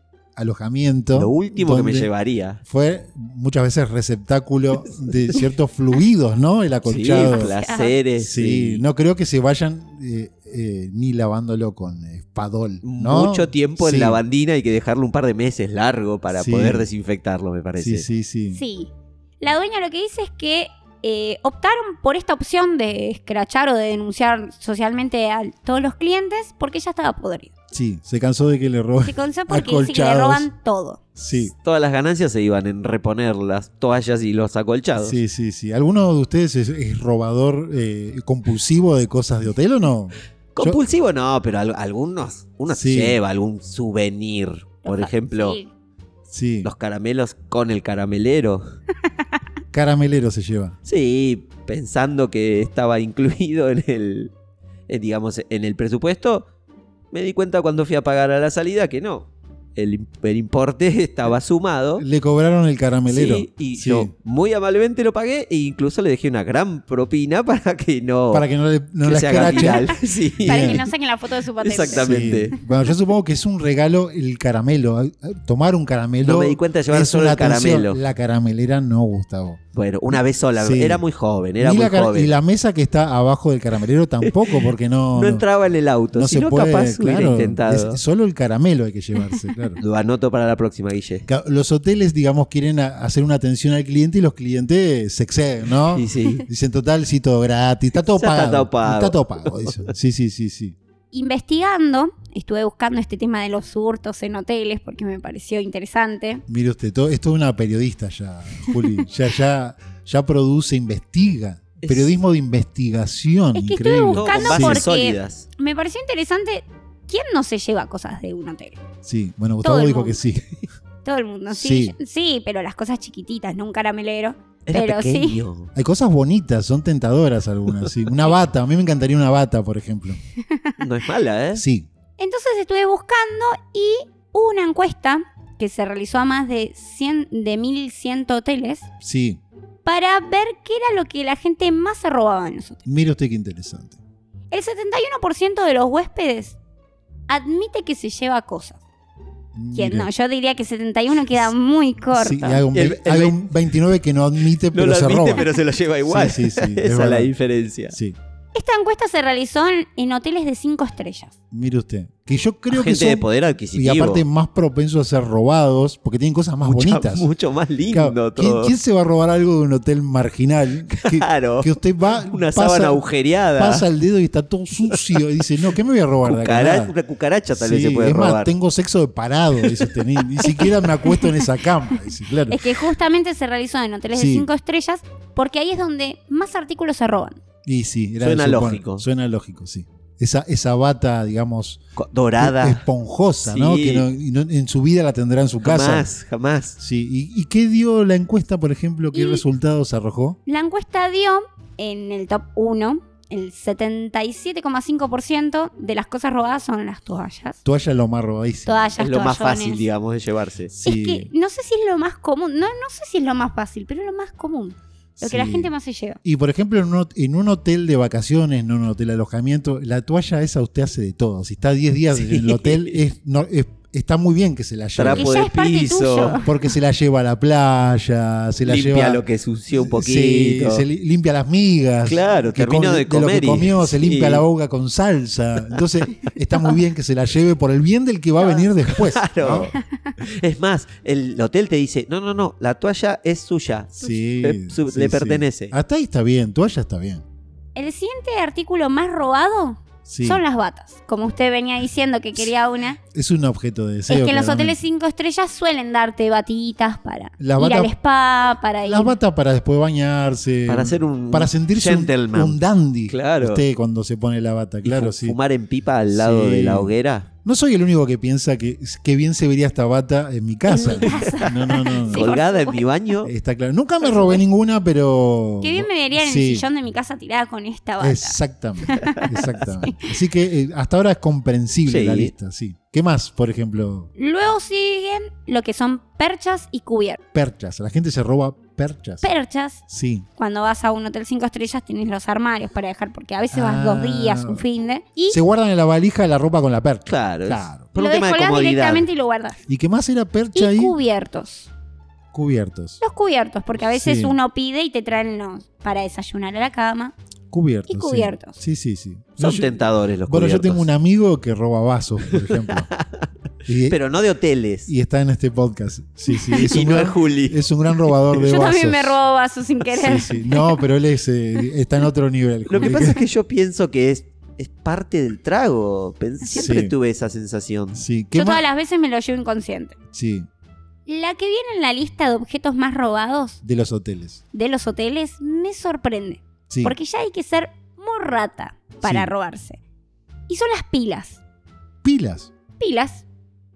Speaker 1: alojamiento.
Speaker 2: Lo último que me
Speaker 1: donde
Speaker 2: llevaría.
Speaker 1: Fue muchas veces receptáculo
Speaker 2: [laughs]
Speaker 1: de ciertos fluidos, ¿no? El acolchado.
Speaker 2: Sí, placeres.
Speaker 1: Sí,
Speaker 2: y
Speaker 1: no creo que se vayan eh, eh, ni lavándolo con eh, espadol. ¿no?
Speaker 2: Mucho tiempo
Speaker 1: Sí,
Speaker 2: en lavandina y que dejarlo un par de meses largo para
Speaker 1: Sí.
Speaker 2: poder desinfectarlo, me parece.
Speaker 1: Sí, sí, sí.
Speaker 3: Sí. La dueña lo que dice es que eh, optaron por esta opción de escrachar o de denunciar socialmente a todos los clientes porque ya estaba podrido.
Speaker 1: Sí, se cansó de que le
Speaker 3: [laughs]
Speaker 1: roben.
Speaker 3: Se cansó porque dice que le
Speaker 1: Acolchados.
Speaker 3: roban todo.
Speaker 1: Sí,
Speaker 2: Todas las ganancias se iban en reponer las toallas y los acolchados.
Speaker 1: sí, sí, sí. ¿Alguno de ustedes es, es robador eh, compulsivo de cosas de hotel o no?
Speaker 2: Compulsivo no, pero al- algunos uno se
Speaker 1: Sí.
Speaker 2: lleva algún souvenir. Por ejemplo,
Speaker 3: Sí.
Speaker 1: Sí,
Speaker 2: los caramelos con el caramelero.
Speaker 1: carameleros se llevan.
Speaker 2: Sí, pensando que estaba [laughs] incluido en el, eh, digamos, en el presupuesto, me di cuenta cuando fui a pagar a la salida que no. El, im- el importe [laughs] estaba sumado.
Speaker 1: Le cobraron el caramelero.
Speaker 2: Sí, y
Speaker 1: Sí.
Speaker 2: yo muy amablemente lo pagué e incluso le dejé una gran propina [laughs] para que no,
Speaker 1: Para que no, le, no
Speaker 2: que
Speaker 1: la
Speaker 2: se haga
Speaker 1: escrachen.
Speaker 2: viral.
Speaker 1: [laughs]
Speaker 2: Sí.
Speaker 3: Para que
Speaker 1: Bien.
Speaker 3: no saquen la foto
Speaker 1: [laughs]
Speaker 3: de su patente.
Speaker 2: Exactamente. Exactamente.
Speaker 1: Sí. Bueno, yo supongo que es un regalo el caramelo. Tomar un caramelo.
Speaker 2: No me di cuenta de llevar
Speaker 1: es
Speaker 2: solo
Speaker 1: una
Speaker 2: el
Speaker 1: atención.
Speaker 2: caramelo.
Speaker 1: La caramelera no, Gustavo.
Speaker 2: Bueno, una vez sola.
Speaker 1: Sí.
Speaker 2: Era muy joven, era
Speaker 1: Ni
Speaker 2: muy
Speaker 1: la cara-
Speaker 2: joven.
Speaker 1: Y la mesa que está abajo del caramelero tampoco, porque no.
Speaker 2: [laughs] no entraba en el auto,
Speaker 1: no
Speaker 2: si
Speaker 1: se
Speaker 2: no
Speaker 1: puede.
Speaker 2: capaz hubiera
Speaker 1: claro,
Speaker 2: intentado.
Speaker 1: es- solo el caramelo hay que llevarse,
Speaker 2: [laughs]
Speaker 1: claro.
Speaker 2: Lo anoto para la próxima, Guille.
Speaker 1: Ca- Los hoteles, digamos, quieren a- hacer una atención al cliente y los clientes se exceden, ¿no?
Speaker 2: Y
Speaker 3: [laughs]
Speaker 2: sí.
Speaker 1: Dicen, total, sí, todo gratis, está todo
Speaker 2: Ya
Speaker 1: pagado.
Speaker 2: está todo pago.
Speaker 1: Está todo pago, eso. Sí, sí, sí, sí.
Speaker 3: Investigando, estuve buscando este tema de los hurtos en hoteles porque me pareció interesante.
Speaker 1: Mire usted, todo, esto es una periodista ya, Juli. ya, ya, ya produce, investiga.
Speaker 2: Es-
Speaker 1: Periodismo de investigación,
Speaker 3: Es que estuve
Speaker 1: increíble.
Speaker 2: Todo con
Speaker 3: Buscando
Speaker 2: bases
Speaker 3: porque-
Speaker 2: sólidas.
Speaker 3: Me pareció interesante, ¿quién no se lleva cosas de un hotel?
Speaker 1: Sí, bueno, Gustavo
Speaker 3: el
Speaker 1: dijo
Speaker 3: mundo.
Speaker 1: que sí.
Speaker 3: Todo el mundo, sí.
Speaker 1: Sí.
Speaker 3: yo- Sí, pero las cosas chiquititas, no un caramelero.
Speaker 2: Era
Speaker 3: Pero sí.
Speaker 2: pequeño.
Speaker 1: Hay cosas bonitas, son tentadoras algunas, sí. Una bata, a mí me encantaría una bata, por ejemplo.
Speaker 2: No es mala, ¿eh?
Speaker 1: Sí,
Speaker 3: Entonces estuve buscando y hubo una encuesta que se realizó a más de, 100, de 1100 hoteles
Speaker 1: sí.
Speaker 3: para ver qué era lo que la gente más se robaba en los hoteles.
Speaker 1: Mire usted qué interesante.
Speaker 3: El 71% de los huéspedes admite que se lleva cosas. ¿Quién
Speaker 1: Mire.
Speaker 3: no? Yo diría que 71 queda muy corto.
Speaker 1: Sí, y hay un,
Speaker 2: El-
Speaker 1: ve-
Speaker 2: el
Speaker 1: hay
Speaker 2: ve-
Speaker 1: un 29 que no admite,
Speaker 2: No
Speaker 1: pero
Speaker 2: lo
Speaker 1: se
Speaker 2: admite,
Speaker 1: roba.
Speaker 2: pero se lo lleva igual.
Speaker 1: Sí,
Speaker 2: [laughs]
Speaker 1: sí, sí, es
Speaker 2: Esa es la
Speaker 1: verdad.
Speaker 2: diferencia.
Speaker 1: Sí,
Speaker 3: Esta encuesta se realizó en, en hoteles de 5 estrellas.
Speaker 1: mire usted. Que yo creo que
Speaker 2: Gente
Speaker 1: son,
Speaker 2: de poder
Speaker 1: y
Speaker 2: adquisitivo.
Speaker 1: aparte más propensos a ser robados, porque tienen cosas más
Speaker 2: Mucha-
Speaker 1: bonitas.
Speaker 2: Mucho más lindo
Speaker 1: Claro, ¿quién,
Speaker 2: todo.
Speaker 1: quién se va a robar algo de un hotel marginal? Que,
Speaker 2: [laughs] Claro.
Speaker 1: que usted va,
Speaker 2: Una
Speaker 1: pasa,
Speaker 2: sábana agujereada.
Speaker 1: pasa el dedo y está todo sucio y dice, no, ¿qué me voy a robar de acá?
Speaker 2: Cucara-
Speaker 1: Nada.
Speaker 2: una cucaracha tal vez
Speaker 1: Sí,
Speaker 2: se puede
Speaker 1: es
Speaker 2: robar.
Speaker 1: más, tengo sexo de parado, dice usted, ni, ni siquiera me acuesto en esa cama. dice, claro.
Speaker 3: Es que justamente se realizó en hoteles
Speaker 1: Sí.
Speaker 3: de 5 estrellas porque ahí es donde más artículos se roban.
Speaker 1: Y sí, era de
Speaker 2: Suena
Speaker 1: suponer.
Speaker 2: lógico.
Speaker 1: Suena lógico, sí. Esa, esa bata, digamos, e,
Speaker 2: co- dorada.
Speaker 1: esponjosa, ¿no?
Speaker 2: Sí.
Speaker 1: Que no- y no- en su vida la tendrá en su casa.
Speaker 2: Jamás, jamás.
Speaker 1: Sí. ¿Y, y qué dio la encuesta, por ejemplo? ¿Qué
Speaker 3: Y-
Speaker 1: resultados arrojó?
Speaker 3: La encuesta dio en el top 1, el 77,5% de las cosas robadas son las toallas.
Speaker 1: Toalla es lo más robadísimo.
Speaker 3: Toallas,
Speaker 2: Es lo más
Speaker 3: toallones.
Speaker 2: fácil, digamos, de llevarse.
Speaker 1: Sí.
Speaker 3: Es que no sé si es lo más común, no, no sé si es lo más fácil, pero es lo más común, lo que la
Speaker 1: Sí.
Speaker 3: gente más se lleva.
Speaker 1: Y por ejemplo, en un, hot- en un hotel de vacaciones, no en un hotel de alojamiento, la toalla esa usted hace de todo. Si está 10 días en el
Speaker 2: Sí.
Speaker 1: hotel, es, no- es- está muy bien que se la lleve.
Speaker 2: Trapo
Speaker 3: Ella
Speaker 2: de
Speaker 3: es parte
Speaker 2: piso.
Speaker 3: tuyo.
Speaker 1: Porque se la lleva a la playa, se la
Speaker 2: limpia
Speaker 1: lleva.
Speaker 2: lo que sució un
Speaker 1: Sí,
Speaker 2: poquito.
Speaker 1: se li- limpia las migas.
Speaker 2: Claro,
Speaker 1: que
Speaker 2: terminó
Speaker 1: con-
Speaker 2: de
Speaker 1: lo
Speaker 2: comer
Speaker 1: que
Speaker 2: y-
Speaker 1: comió, se
Speaker 2: sí.
Speaker 1: limpia la boca con salsa. Entonces, está muy bien que se la lleve por el bien del que va a venir después.
Speaker 2: Claro.
Speaker 1: ¿no?
Speaker 2: [laughs] Es más, el hotel te dice, no, no, no, la toalla es suya.
Speaker 1: Sí,
Speaker 2: Eh, su-
Speaker 1: sí,
Speaker 2: le
Speaker 1: sí.
Speaker 2: pertenece.
Speaker 1: Hasta ahí está bien, toalla está bien.
Speaker 3: El siguiente artículo más robado
Speaker 1: Sí,
Speaker 3: son las batas. Como usted venía diciendo que quería una,
Speaker 1: es un objeto de deseo.
Speaker 3: es que en los
Speaker 1: claramente.
Speaker 3: hoteles 5 estrellas suelen darte batitas para
Speaker 1: Las
Speaker 3: ir
Speaker 1: batas-
Speaker 3: al spa, para ir.
Speaker 1: Las batas para después bañarse.
Speaker 2: Para ser un
Speaker 1: Para sentirse un,
Speaker 2: gentleman.
Speaker 1: un dandy.
Speaker 2: Claro.
Speaker 1: Usted cuando se pone la bata,
Speaker 2: Y
Speaker 1: claro,
Speaker 2: fu-
Speaker 1: sí.
Speaker 2: Fumar en pipa al lado
Speaker 1: Sí.
Speaker 2: de la hoguera.
Speaker 1: No soy el único que piensa que, que bien se vería esta bata en mi casa. [laughs] No, no, no. no.
Speaker 3: Sí.
Speaker 2: Colgada en mi baño.
Speaker 1: Está claro. Nunca me robé ninguna, pero.
Speaker 3: Que bien me vería en
Speaker 1: Sí.
Speaker 3: el sillón de mi casa tirada con esta bata.
Speaker 1: Exactamente,
Speaker 3: [laughs]
Speaker 1: exactamente. Así que eh, hasta ahora es comprensible
Speaker 2: Sí.
Speaker 1: la lista, sí. ¿Qué más? Por ejemplo,
Speaker 3: Luego siguen lo que son perchas y cubiertos.
Speaker 1: perchas. La gente se roba perchas.
Speaker 3: Perchas,
Speaker 1: sí.
Speaker 3: cuando vas a un hotel 5 estrellas tenés los armarios para dejar, porque a veces
Speaker 1: Ah.
Speaker 3: vas dos días, un fin de. Y
Speaker 1: Se guardan en la valija la ropa con la percha.
Speaker 2: Claro. es
Speaker 1: Claro.
Speaker 2: por
Speaker 3: lo
Speaker 2: un tema de
Speaker 3: descolgás
Speaker 2: comodidad.
Speaker 3: directamente y lo guardas.
Speaker 1: ¿Y qué más era percha
Speaker 3: Y
Speaker 1: y,
Speaker 3: cubiertos.
Speaker 1: cubiertos?
Speaker 3: Los cubiertos, porque a veces
Speaker 1: Sí.
Speaker 3: uno pide y te traen los para desayunar a la cama.
Speaker 1: Cubiertos.
Speaker 3: Y
Speaker 1: sí.
Speaker 3: cubiertos.
Speaker 1: Sí, sí, sí. No,
Speaker 2: Son
Speaker 1: yo-
Speaker 2: tentadores los
Speaker 1: Bueno, yo
Speaker 2: cubiertos.
Speaker 1: tengo un amigo que roba vasos, por
Speaker 2: [laughs]
Speaker 1: ejemplo. y,
Speaker 2: Pero no de hoteles.
Speaker 1: y está en este podcast. Sí, sí. Es
Speaker 2: [laughs] y
Speaker 1: un,
Speaker 2: no es
Speaker 1: gran,
Speaker 2: Juli.
Speaker 1: es un gran robador de
Speaker 3: Yo
Speaker 1: vasos.
Speaker 3: también me robo vasos sin querer.
Speaker 1: Sí, sí. No, pero él es, eh, está en otro nivel.
Speaker 2: Lo que
Speaker 1: Juli.
Speaker 2: pasa es que yo pienso que es, es parte del trago. Pen- Siempre
Speaker 1: Sí.
Speaker 2: tuve esa sensación.
Speaker 1: Sí, ¿qué
Speaker 3: Yo
Speaker 1: más?
Speaker 3: todas las veces me lo llevo inconsciente.
Speaker 1: Sí,
Speaker 3: La que viene en la lista de objetos más robados
Speaker 1: de los hoteles.
Speaker 3: de los hoteles me sorprende.
Speaker 1: Sí.
Speaker 3: Porque ya hay que ser muy rata para
Speaker 1: Sí.
Speaker 3: robarse. Y son las pilas.
Speaker 1: Pilas.
Speaker 3: Pilas.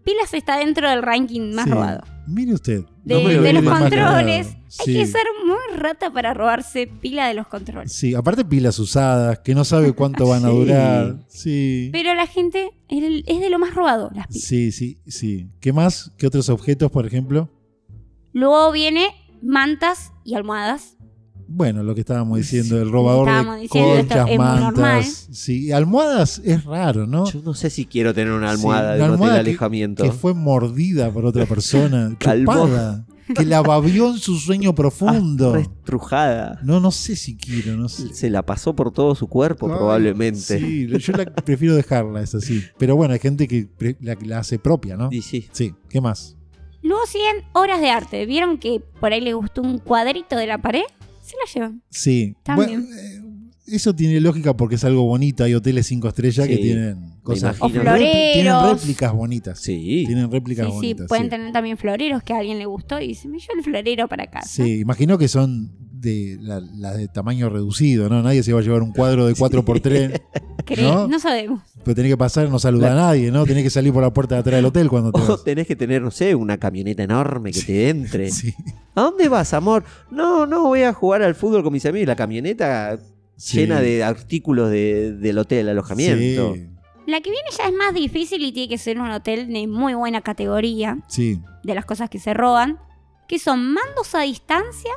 Speaker 3: Pilas está dentro del ranking más
Speaker 1: Sí.
Speaker 3: robado.
Speaker 1: Mire usted.
Speaker 3: De,
Speaker 2: No me lo
Speaker 3: de
Speaker 2: hubiera
Speaker 3: los
Speaker 2: imaginado.
Speaker 3: controles. Hay
Speaker 1: Sí.
Speaker 3: que ser muy rata para robarse pila de los controles.
Speaker 1: Sí, aparte pilas usadas, que no sabe cuánto
Speaker 3: [laughs]
Speaker 1: van a
Speaker 2: Sí.
Speaker 1: durar. Sí.
Speaker 3: Pero la gente el- es de lo más robado, las pilas.
Speaker 1: Sí, sí, sí. ¿Qué más? ¿Qué otros objetos, por ejemplo?
Speaker 3: Luego viene mantas y almohadas.
Speaker 1: Bueno, lo que estábamos diciendo, el robador
Speaker 3: Estábamos
Speaker 1: de
Speaker 3: diciendo, esto
Speaker 1: colchas,
Speaker 3: es muy normal.
Speaker 1: mantas. Sí, almohadas es raro, ¿no?
Speaker 2: Yo no sé si quiero tener una
Speaker 1: Sí,
Speaker 2: almohada de
Speaker 1: una
Speaker 2: un hotel
Speaker 1: almohada
Speaker 2: de
Speaker 1: que-
Speaker 2: alejamiento.
Speaker 1: Que fue mordida por otra
Speaker 2: [laughs]
Speaker 1: persona,
Speaker 2: Calvo.
Speaker 1: chupada, que la babió en su sueño
Speaker 2: Ah,
Speaker 1: profundo.
Speaker 2: restrujada.
Speaker 1: No, no sé si quiero, no sé.
Speaker 2: Se la pasó por todo su cuerpo,
Speaker 1: Ay,
Speaker 2: probablemente.
Speaker 1: Sí, yo la prefiero dejarla, es así. Pero bueno, hay gente que pre- la, la hace propia, ¿no?
Speaker 2: Y sí.
Speaker 1: Sí, ¿qué más?
Speaker 3: Luego siguen obras de arte. ¿Vieron que por ahí le gustó un cuadrito de la pared? Se la llevan.
Speaker 1: Sí.
Speaker 3: También.
Speaker 1: Bueno, eh, eso tiene lógica porque es algo bonito. Hay hoteles cinco estrellas que
Speaker 2: Sí,
Speaker 1: tienen cosas.
Speaker 2: imagino. O
Speaker 3: floreros.
Speaker 1: tienen réplicas bonitas.
Speaker 2: Sí.
Speaker 1: Tienen
Speaker 3: Sí,
Speaker 1: réplicas
Speaker 3: sí,
Speaker 1: bonitas.
Speaker 3: pueden tener también floreros que a alguien le gustó y dice, me llevo el florero para casa.
Speaker 1: Sí, imagino que son de la- las de tamaño reducido, ¿no? Nadie se va a llevar un cuadro de 4x3.
Speaker 3: Cre-
Speaker 1: ¿no?
Speaker 3: ¿no? sabemos.
Speaker 1: Pero tenés que pasar, no saluda a nadie, ¿no? Tenés que salir por la puerta de atrás del hotel cuando te
Speaker 2: [laughs] O
Speaker 1: vas.
Speaker 2: tenés que tener, no sé, una camioneta enorme que te
Speaker 1: [laughs]
Speaker 2: entre.
Speaker 1: Sí,
Speaker 2: ¿A dónde vas, amor? No, no, voy a jugar al fútbol con mis amigos. Y La camioneta
Speaker 1: sí.
Speaker 2: llena de artículos de- del hotel, alojamiento.
Speaker 1: Sí,
Speaker 3: La que viene ya es más difícil y tiene que ser un hotel de muy buena categoría
Speaker 1: sí.
Speaker 3: de las cosas que se roban, que son mandos a distancia,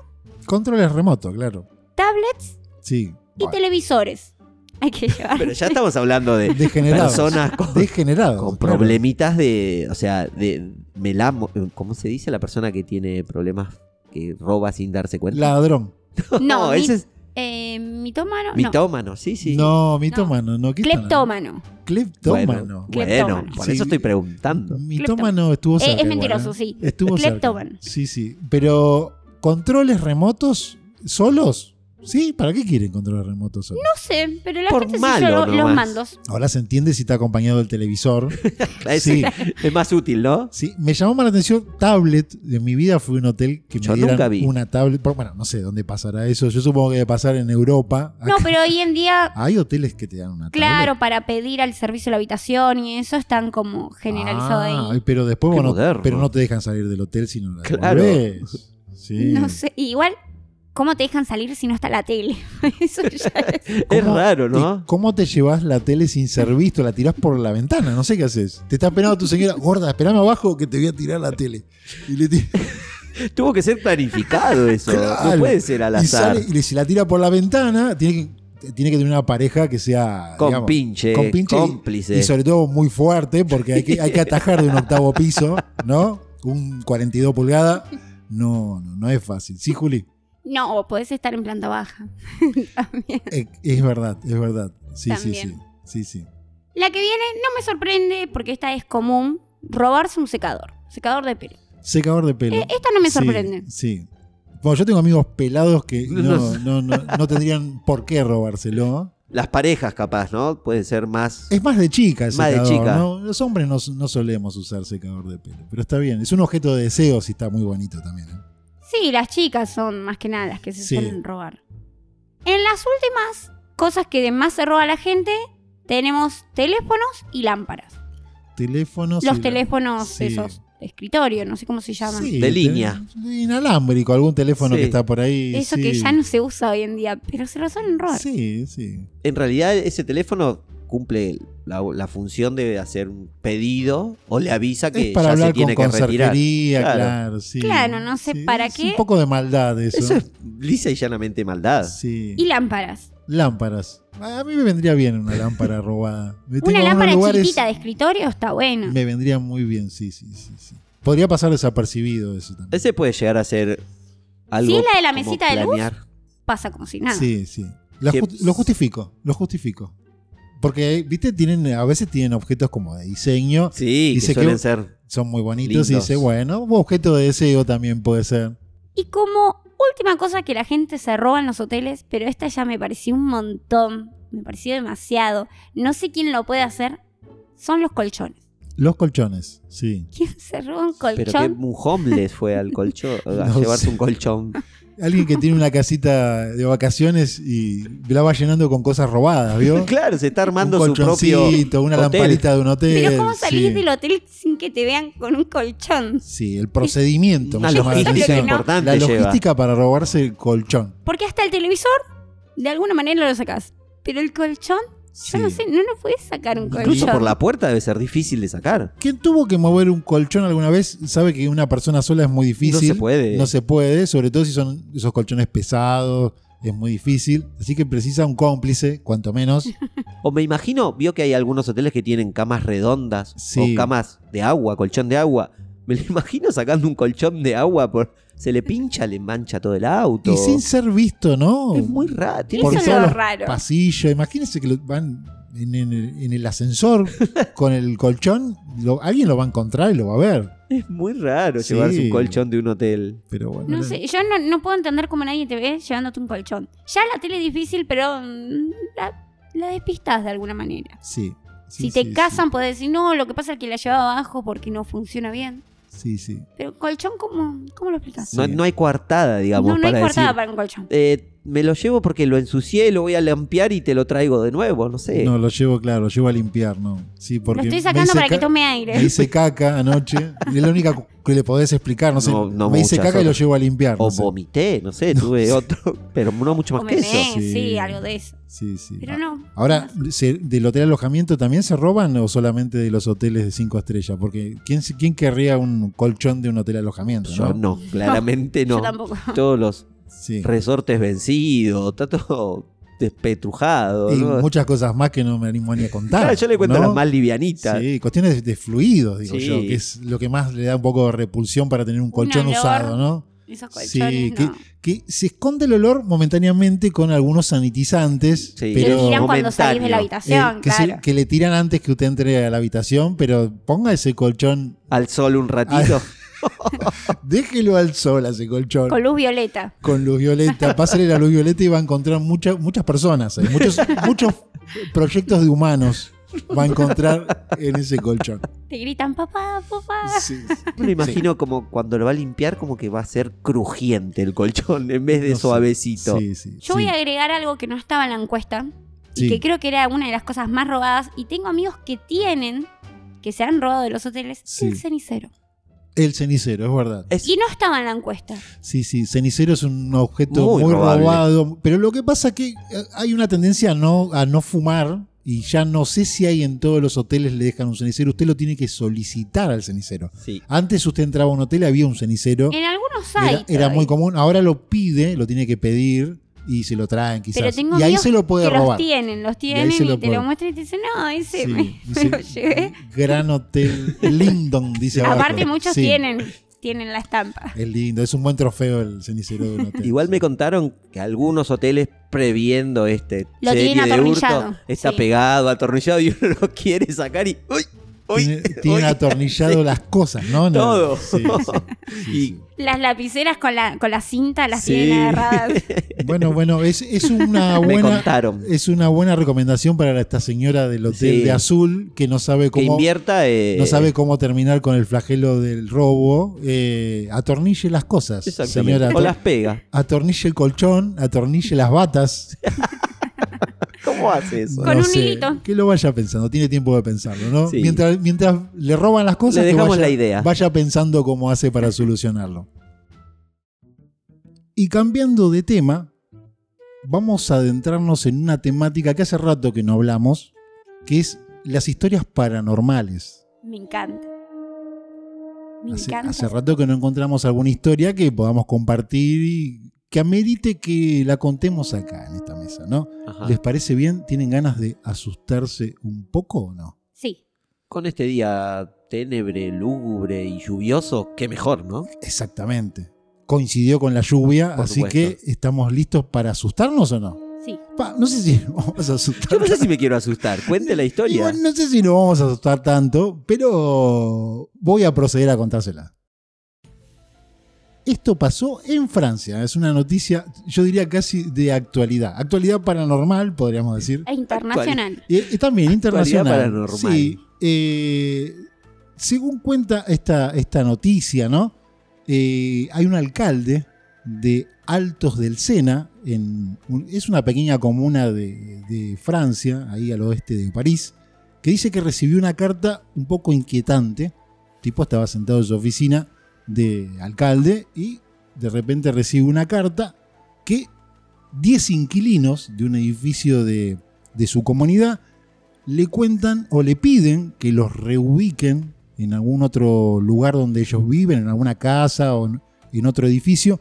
Speaker 1: Controles remoto, claro.
Speaker 3: tablets
Speaker 1: Sí.
Speaker 3: y televisores. Hay que llevar.
Speaker 2: Pero ya estamos hablando
Speaker 1: [laughs]
Speaker 2: de
Speaker 1: Degenerados.
Speaker 2: personas con,
Speaker 1: Degenerados.
Speaker 2: con
Speaker 1: claro.
Speaker 2: problemitas de. O sea, de melamo. ¿Cómo se dice la persona que tiene problemas que roba sin darse cuenta?
Speaker 1: Ladrón.
Speaker 3: No, mi-
Speaker 2: ese es
Speaker 3: Eh, mitómano, no.
Speaker 2: mitómano, sí, sí.
Speaker 1: No, mitómano, no. ¿qué están hablando?
Speaker 3: Cleptómano.
Speaker 1: Cleptómano.
Speaker 2: Bueno, bueno,
Speaker 3: Cleptómano.
Speaker 2: por
Speaker 1: Sí.
Speaker 2: eso estoy preguntando.
Speaker 1: Mitómano estuvo
Speaker 3: Eh,
Speaker 1: cerca.
Speaker 3: es
Speaker 1: igual,
Speaker 3: mentiroso,
Speaker 1: ¿eh?
Speaker 3: sí.
Speaker 1: Estuvo cerca.
Speaker 3: Cleptómano.
Speaker 1: Sí, sí. Pero, ¿controles remotos solos? ¿Sí? ¿Para qué quieren controlar remoto solo?
Speaker 3: No sé, pero la
Speaker 2: Por
Speaker 3: gente se
Speaker 2: malo
Speaker 3: lleva lo- los
Speaker 2: nomás.
Speaker 3: mandos.
Speaker 1: Ahora se entiende si está acompañado del
Speaker 2: [laughs]
Speaker 1: televisor.
Speaker 2: Es,
Speaker 1: Sí.
Speaker 2: es más útil, ¿no?
Speaker 1: Sí, me llamó más la atención tablet. En mi vida fui a un hotel que me
Speaker 2: Yo
Speaker 1: dieran
Speaker 2: nunca vi.
Speaker 1: una tablet. Por- Bueno, no sé dónde pasará eso. Yo supongo que debe pasar en Europa.
Speaker 3: No,
Speaker 1: Acá-
Speaker 3: pero hoy en día,
Speaker 1: Hay hoteles que te dan una tablet.
Speaker 3: claro, para pedir al servicio de la habitación y eso están como generalizado
Speaker 1: Ah,
Speaker 3: ahí.
Speaker 1: Pero después,
Speaker 2: Qué
Speaker 1: bueno,
Speaker 2: moderno.
Speaker 1: pero no te dejan salir del hotel si no la
Speaker 2: Claro. [laughs]
Speaker 1: devolvés. Sí.
Speaker 3: No sé, igual, ¿cómo te dejan salir si no está la tele? [laughs] Eso ya
Speaker 1: [laughs]
Speaker 3: es-
Speaker 2: Es
Speaker 1: ¿Cómo
Speaker 2: raro,
Speaker 1: te-
Speaker 2: ¿no?
Speaker 1: ¿Cómo te llevas la tele sin ser visto? La tirás por la ventana, no sé qué haces. Te está esperando tu señora, gorda, esperame abajo que te voy a tirar la tele. Y le tira-
Speaker 2: Tuvo que ser planificado eso.
Speaker 1: Claro.
Speaker 2: No puede ser al
Speaker 1: Y
Speaker 2: azar.
Speaker 1: sale y le- si la tira por la ventana, tiene que, tiene que tener una pareja que sea
Speaker 2: con
Speaker 1: digamos,
Speaker 2: pinche,
Speaker 1: con pinche y-
Speaker 2: cómplice.
Speaker 1: y sobre todo muy fuerte, porque hay que, hay que atajar de un octavo piso, ¿no? Un 42 pulgadas. No, no, no es fácil. Sí, Juli.
Speaker 3: No, podés estar en planta baja. También.
Speaker 1: Eh, Es verdad, es verdad. Sí, sí, sí.
Speaker 3: También.
Speaker 1: Sí, sí.
Speaker 3: La que viene no me sorprende porque esta es común, robarse un secador, secador de pelo.
Speaker 1: Secador de pelo.
Speaker 3: Eh, esta no me
Speaker 1: Sí,
Speaker 3: sorprende.
Speaker 1: Sí. Bueno, yo tengo amigos pelados que
Speaker 2: [laughs]
Speaker 1: no, no,
Speaker 2: No.
Speaker 1: no, no tendrían por qué robárselo.
Speaker 2: Las parejas, capaz, ¿no? Puede ser más.
Speaker 1: Es más de chica el
Speaker 2: Más de
Speaker 1: secador,
Speaker 2: chica.
Speaker 1: ¿no? Los hombres no, no solemos usar secador de pelo, pero está bien. Es un objeto de deseo y está muy bonito también. ¿eh?
Speaker 3: Sí, las chicas son más que nada las que se
Speaker 1: Sí.
Speaker 3: suelen robar. En las últimas cosas que de más se roba la gente, tenemos teléfonos y lámparas.
Speaker 1: Teléfonos.
Speaker 3: Los
Speaker 1: y-
Speaker 3: teléfonos
Speaker 1: sí.
Speaker 3: esos de escritorio, no sé cómo se llaman.
Speaker 1: Sí,
Speaker 2: De
Speaker 1: te-
Speaker 2: línea.
Speaker 1: Inalámbrico, algún teléfono
Speaker 2: Sí.
Speaker 1: que está por ahí.
Speaker 3: Eso
Speaker 1: sí.
Speaker 3: que ya no se usa hoy en día, pero se lo suelen robar.
Speaker 1: Sí, sí.
Speaker 2: En realidad, ese teléfono cumple la, la función de hacer un pedido o le avisa que
Speaker 1: es para
Speaker 2: ya se
Speaker 1: hablar
Speaker 2: tiene
Speaker 1: con
Speaker 2: que retirar.
Speaker 1: conserjería, claro.
Speaker 2: Claro.
Speaker 1: sí.
Speaker 3: Claro, no sé
Speaker 1: Sí,
Speaker 3: para
Speaker 1: es
Speaker 3: qué.
Speaker 1: Un poco de maldad eso.
Speaker 2: Eso es lisa y llanamente maldad.
Speaker 1: Sí.
Speaker 3: Y lámparas.
Speaker 1: Lámparas. A mí me vendría bien una
Speaker 3: [laughs]
Speaker 1: lámpara robada. Me tengo
Speaker 3: Una
Speaker 1: unos
Speaker 3: lámpara
Speaker 1: lugares-
Speaker 3: chiquitita de escritorio está buena.
Speaker 1: Me vendría muy bien, sí, sí, sí, sí. Podría pasar desapercibido eso también.
Speaker 2: Ese puede llegar a ser algo.
Speaker 3: Si es la de la
Speaker 2: como
Speaker 3: mesita de luz,
Speaker 2: planear.
Speaker 3: Pasa como si nada.
Speaker 1: Sí, sí. Lo,
Speaker 2: Que-
Speaker 1: ju- lo justifico, lo justifico. Porque, viste, tienen, a veces tienen objetos como de diseño,
Speaker 2: Sí,
Speaker 1: Dice que
Speaker 2: que suelen
Speaker 1: un-
Speaker 2: ser.
Speaker 1: son muy bonitos y
Speaker 2: Lindos.
Speaker 1: dice, bueno, un objeto de deseo también puede ser.
Speaker 3: Y como última cosa que la gente se roba en los hoteles, pero esta ya me pareció un montón, me pareció demasiado, no sé quién lo puede hacer, son los colchones.
Speaker 1: Los colchones, sí.
Speaker 3: ¿Quién se roba un
Speaker 2: Pero que
Speaker 3: colchón?
Speaker 2: un homeless fue
Speaker 1: [laughs]
Speaker 2: al colchón, a
Speaker 1: No
Speaker 2: llevarse
Speaker 1: sé.
Speaker 2: un colchón.
Speaker 1: Alguien que tiene una casita de vacaciones y la va llenando con cosas robadas,
Speaker 3: [laughs]
Speaker 1: ¿vio?
Speaker 2: [laughs] Claro, se está armando
Speaker 1: un
Speaker 2: su propio.
Speaker 1: colchoncito, una
Speaker 2: hotel.
Speaker 1: lamparita de un hotel.
Speaker 3: Pero ¿cómo salís
Speaker 1: sí.
Speaker 3: del hotel sin que te vean con un colchón?
Speaker 1: Sí, el procedimiento.
Speaker 2: Una
Speaker 1: me llama la
Speaker 2: logística
Speaker 1: atención.
Speaker 2: importante
Speaker 1: La
Speaker 2: lleva.
Speaker 1: logística para robarse el colchón.
Speaker 3: Porque hasta el televisor, de alguna manera lo sacás. Pero el colchón, yo no
Speaker 1: Sí.
Speaker 3: sé, no lo puedes sacar un
Speaker 2: Incluso
Speaker 3: colchón.
Speaker 2: por la puerta debe ser difícil de sacar.
Speaker 1: Quien tuvo que mover un colchón alguna vez sabe que una persona sola es muy difícil.
Speaker 2: No se puede.
Speaker 1: No se puede, sobre todo si son esos colchones pesados, es muy difícil. Así que precisa un cómplice, cuanto
Speaker 2: [laughs]
Speaker 1: menos.
Speaker 2: O me imagino, vio que hay algunos hoteles que tienen camas redondas
Speaker 1: Sí.
Speaker 2: o camas de agua, colchón de agua. Me lo [laughs] imagino sacando un colchón de agua por se le pincha, le mancha todo el auto.
Speaker 1: Y sin ser visto, ¿no?
Speaker 2: Es muy raro. Tiene
Speaker 1: Por
Speaker 2: que
Speaker 3: Eso es
Speaker 2: ser-
Speaker 1: todos los
Speaker 3: lo raro.
Speaker 1: pasillos. Imagínense que lo- van en, en el- en el
Speaker 3: [laughs]
Speaker 1: ascensor con el colchón. Lo- alguien lo va a encontrar y lo va a ver.
Speaker 2: es muy raro
Speaker 1: Sí.
Speaker 2: llevarse un colchón de un hotel.
Speaker 1: Pero bueno.
Speaker 3: No
Speaker 1: era-
Speaker 3: sé, yo no, no puedo entender cómo nadie te ve llevándote un colchón. Ya la tele es difícil, pero mm, la, la despistas de alguna manera.
Speaker 1: Sí. sí,
Speaker 3: si te
Speaker 1: sí,
Speaker 3: casan, podés decir, no, lo que pasa es que la llevaba abajo porque no funciona bien.
Speaker 1: Sí, sí. sí.
Speaker 3: Pero colchón, ¿cómo, cómo lo explicas?
Speaker 2: No,
Speaker 1: Sí.
Speaker 2: no hay coartada, digamos,
Speaker 3: no, no hay
Speaker 2: para
Speaker 3: cortada
Speaker 2: decir.
Speaker 3: para un colchón.
Speaker 2: eh, me lo llevo porque lo ensucié, lo voy a limpiar y te lo traigo de nuevo, no sé.
Speaker 1: No, lo llevo, claro, lo llevo a limpiar, ¿no? Sí,
Speaker 3: Lo
Speaker 1: porque
Speaker 3: estoy
Speaker 1: me
Speaker 3: sacando
Speaker 1: hice
Speaker 3: para que
Speaker 1: ca-
Speaker 3: tome
Speaker 1: Me
Speaker 3: aire.
Speaker 1: hice caca
Speaker 3: [laughs]
Speaker 1: anoche. Es la única que le podés explicar, no sé.
Speaker 2: No, no
Speaker 1: me hice
Speaker 2: muchas
Speaker 1: caca y lo
Speaker 2: otras.
Speaker 1: llevo a limpiar. no
Speaker 2: o
Speaker 1: sé.
Speaker 2: vomité, no sé, tuve otro, [laughs] pero no mucho
Speaker 3: O
Speaker 2: más
Speaker 3: me
Speaker 2: que eso.
Speaker 3: ven, sí.
Speaker 1: Sí.
Speaker 3: algo de eso.
Speaker 1: Sí, sí.
Speaker 3: Pero no.
Speaker 1: Ahora, ¿se- ¿del hotel alojamiento también se roban o solamente de los hoteles de cinco estrellas? Porque ¿quién, se- quién querría un colchón de un hotel alojamiento? no?
Speaker 2: Yo no, claramente no.
Speaker 3: [laughs] Yo tampoco.
Speaker 2: Todos los
Speaker 1: Sí.
Speaker 2: resortes vencidos, está todo despetrujado.
Speaker 1: Y
Speaker 2: ¿no?
Speaker 1: muchas cosas más que no me animo ni a contar.
Speaker 2: Claro, Ah, yo le cuento
Speaker 1: ¿no?
Speaker 2: las más livianitas.
Speaker 1: Sí, cuestiones de, de fluidos, digo
Speaker 2: Sí.
Speaker 1: yo, que es lo que más le da un poco de repulsión para tener un colchón
Speaker 3: olor.
Speaker 1: usado, ¿no?
Speaker 3: Esos
Speaker 1: Sí,
Speaker 3: colchones,
Speaker 1: que,
Speaker 3: no.
Speaker 1: que se esconde el olor momentáneamente con algunos sanitizantes,
Speaker 2: Sí.
Speaker 3: Que lo
Speaker 1: pero
Speaker 3: tiran cuando salís de
Speaker 2: momentáneo.
Speaker 3: la habitación,
Speaker 1: eh, que, se-
Speaker 3: claro.
Speaker 1: que le tiran antes que usted entre a la habitación, pero ponga ese colchón Ah,
Speaker 2: Al sol un ratito.
Speaker 1: Déjelo al sol a ese colchón.
Speaker 3: con luz violeta.
Speaker 1: con luz violeta, pásale la luz violeta y va a encontrar muchas muchas personas, ahí,
Speaker 3: [laughs]
Speaker 1: muchos, muchos proyectos de humanos va a encontrar en ese
Speaker 3: [laughs]
Speaker 1: colchón.
Speaker 3: Te gritan, papá, papá.
Speaker 1: Sí,
Speaker 2: Me lo imagino como cuando lo va a limpiar, como que va a ser crujiente el colchón en vez de
Speaker 1: No sé.
Speaker 2: suavecito.
Speaker 1: sí, sí,
Speaker 3: Yo
Speaker 1: sí.
Speaker 3: voy a agregar algo que no estaba en la encuesta y
Speaker 1: Sí.
Speaker 3: que creo que era una de las cosas más robadas. Y tengo amigos que tienen, que se han robado de los hoteles,
Speaker 1: Sí.
Speaker 3: el cenicero.
Speaker 1: El cenicero, es verdad.
Speaker 2: Es-
Speaker 3: Y no estaba en la encuesta.
Speaker 1: Sí, sí, cenicero es un objeto
Speaker 2: Muy
Speaker 1: muy,
Speaker 2: robable.
Speaker 1: robado. Pero lo que pasa es que eh, hay una tendencia a no, a no fumar y ya no sé si hay en todos los hoteles le dejan un cenicero. Usted lo tiene que solicitar al cenicero.
Speaker 2: sí.
Speaker 1: Antes usted entraba a un hotel, había un cenicero.
Speaker 3: En algunos hay.
Speaker 1: Era, era muy
Speaker 3: todavía,
Speaker 1: común. Ahora lo pide, lo tiene que pedir y se lo traen quizás.
Speaker 3: Pero tengo
Speaker 1: y ahí
Speaker 3: amigos
Speaker 1: se lo puede
Speaker 3: Que los
Speaker 1: robar.
Speaker 3: tienen, los
Speaker 1: ahí
Speaker 3: tienen
Speaker 1: se
Speaker 3: y,
Speaker 1: lo
Speaker 3: te
Speaker 1: puedo-
Speaker 3: lo muestran y te dicen, no, ese
Speaker 1: Sí,
Speaker 3: [laughs] me, me
Speaker 1: dice,
Speaker 3: lo llevé.
Speaker 1: Gran hotel, Lindon, dice abajo.
Speaker 3: Aparte, muchos
Speaker 1: Sí,
Speaker 3: tienen, tienen la estampa.
Speaker 1: Es lindo, es un buen trofeo el cenicero de un hotel.
Speaker 2: Igual me contaron que algunos hoteles previendo este
Speaker 3: Lo
Speaker 2: serie
Speaker 3: tienen
Speaker 2: de hurto
Speaker 3: atornillado,
Speaker 2: está
Speaker 3: sí.
Speaker 2: pegado, atornillado y uno lo quiere sacar y ¡uy! ¡uy! [laughs]
Speaker 1: Tiene, tiene
Speaker 2: ¡uy!
Speaker 1: atornillado
Speaker 2: [laughs]
Speaker 1: las cosas, ¿no? No,
Speaker 2: Todo.
Speaker 1: sí,
Speaker 2: [laughs]
Speaker 1: sí, sí,
Speaker 2: Y-
Speaker 1: sí.
Speaker 3: Las lapiceras con la, con la cinta las
Speaker 2: Sí.
Speaker 3: tienen
Speaker 1: [laughs]
Speaker 3: agarradas.
Speaker 1: Bueno, bueno, es, es una
Speaker 2: [laughs] Me
Speaker 1: buena. Eh,
Speaker 2: contaron
Speaker 1: Es una buena recomendación para esta señora del hotel
Speaker 2: Sí.
Speaker 1: de azul que no sabe
Speaker 2: que
Speaker 1: cómo
Speaker 2: invierta eh,
Speaker 1: no sabe cómo terminar con el flagelo del robo. Eh, atornille las cosas,
Speaker 2: exactamente,
Speaker 1: señora.
Speaker 2: o las pega.
Speaker 1: Atornille el colchón, atornille las batas.
Speaker 2: ¿Cómo hace eso?
Speaker 3: Con
Speaker 1: No
Speaker 3: un
Speaker 1: sé,
Speaker 3: hilito.
Speaker 1: Que lo vaya pensando, tiene tiempo de pensarlo, ¿no?
Speaker 2: Sí.
Speaker 1: Mientras, mientras le roban las cosas,
Speaker 2: Le
Speaker 1: que
Speaker 2: dejamos
Speaker 1: vaya,
Speaker 2: la idea.
Speaker 1: vaya pensando cómo hace para solucionarlo. Y cambiando de tema, vamos a adentrarnos en una temática que hace rato que no hablamos, que es las historias paranormales.
Speaker 3: Me encanta. Me
Speaker 1: Hace,
Speaker 3: encanta.
Speaker 1: hace rato que no encontramos alguna historia que podamos compartir y que amerite que la contemos acá en esta mesa, ¿no?
Speaker 2: Ajá.
Speaker 1: ¿Les parece bien? ¿Tienen ganas de asustarse un poco o no?
Speaker 3: Sí.
Speaker 2: Con este día tenebre, lúgubre y lluvioso, qué mejor, ¿no?
Speaker 1: Exactamente. Coincidió con la lluvia,
Speaker 2: Por
Speaker 1: así
Speaker 2: supuesto.
Speaker 1: que estamos listos para asustarnos o no.
Speaker 3: Sí.
Speaker 1: Pa, no sé si nos vamos a
Speaker 2: Yo
Speaker 1: asustar.
Speaker 2: no sé si me quiero asustar, cuente la
Speaker 1: [laughs]
Speaker 2: historia.
Speaker 1: Igual no sé si nos vamos a asustar tanto, pero voy a proceder a contársela. Esto pasó en Francia, es una noticia, yo diría casi de actualidad. Actualidad paranormal, podríamos decir.
Speaker 3: Es internacional.
Speaker 1: Eh, eh, también internacional.
Speaker 2: paranormal.
Speaker 1: Sí. eh, según cuenta esta, esta noticia, ¿no? Eh, hay un alcalde de Altos del Sena, en un- es una pequeña comuna de, de Francia, ahí al oeste de París, que dice que recibió una carta un poco inquietante. El tipo estaba sentado en su oficina de alcalde y de repente recibe una carta que 10 inquilinos de un edificio de, de su comunidad le cuentan o le piden que los reubiquen en algún otro lugar donde ellos viven, en alguna casa o en- en otro edificio,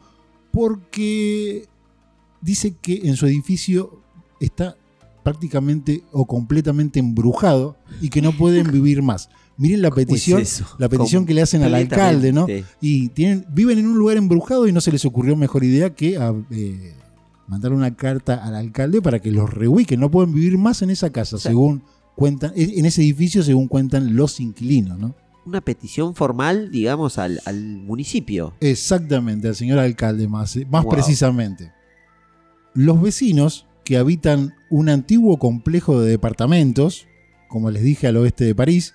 Speaker 1: porque dice que en su edificio está prácticamente o completamente embrujado y que no pueden vivir más. Miren la petición,
Speaker 2: Pues eso,
Speaker 1: la petición que le hacen al alcalde, ¿no? y tienen, viven en un lugar embrujado y no se les ocurrió mejor idea que a, eh, mandar una carta al alcalde para que los reubiquen. No pueden vivir más en esa casa,
Speaker 2: Exacto.
Speaker 1: según cuentan, e, en en ese edificio, según cuentan los inquilinos, ¿no?
Speaker 2: Una petición formal, digamos, al, al municipio.
Speaker 1: Exactamente, al señor alcalde, más, eh, más
Speaker 2: Wow.
Speaker 1: precisamente. Los vecinos que habitan un antiguo complejo de departamentos, como les dije al oeste de París,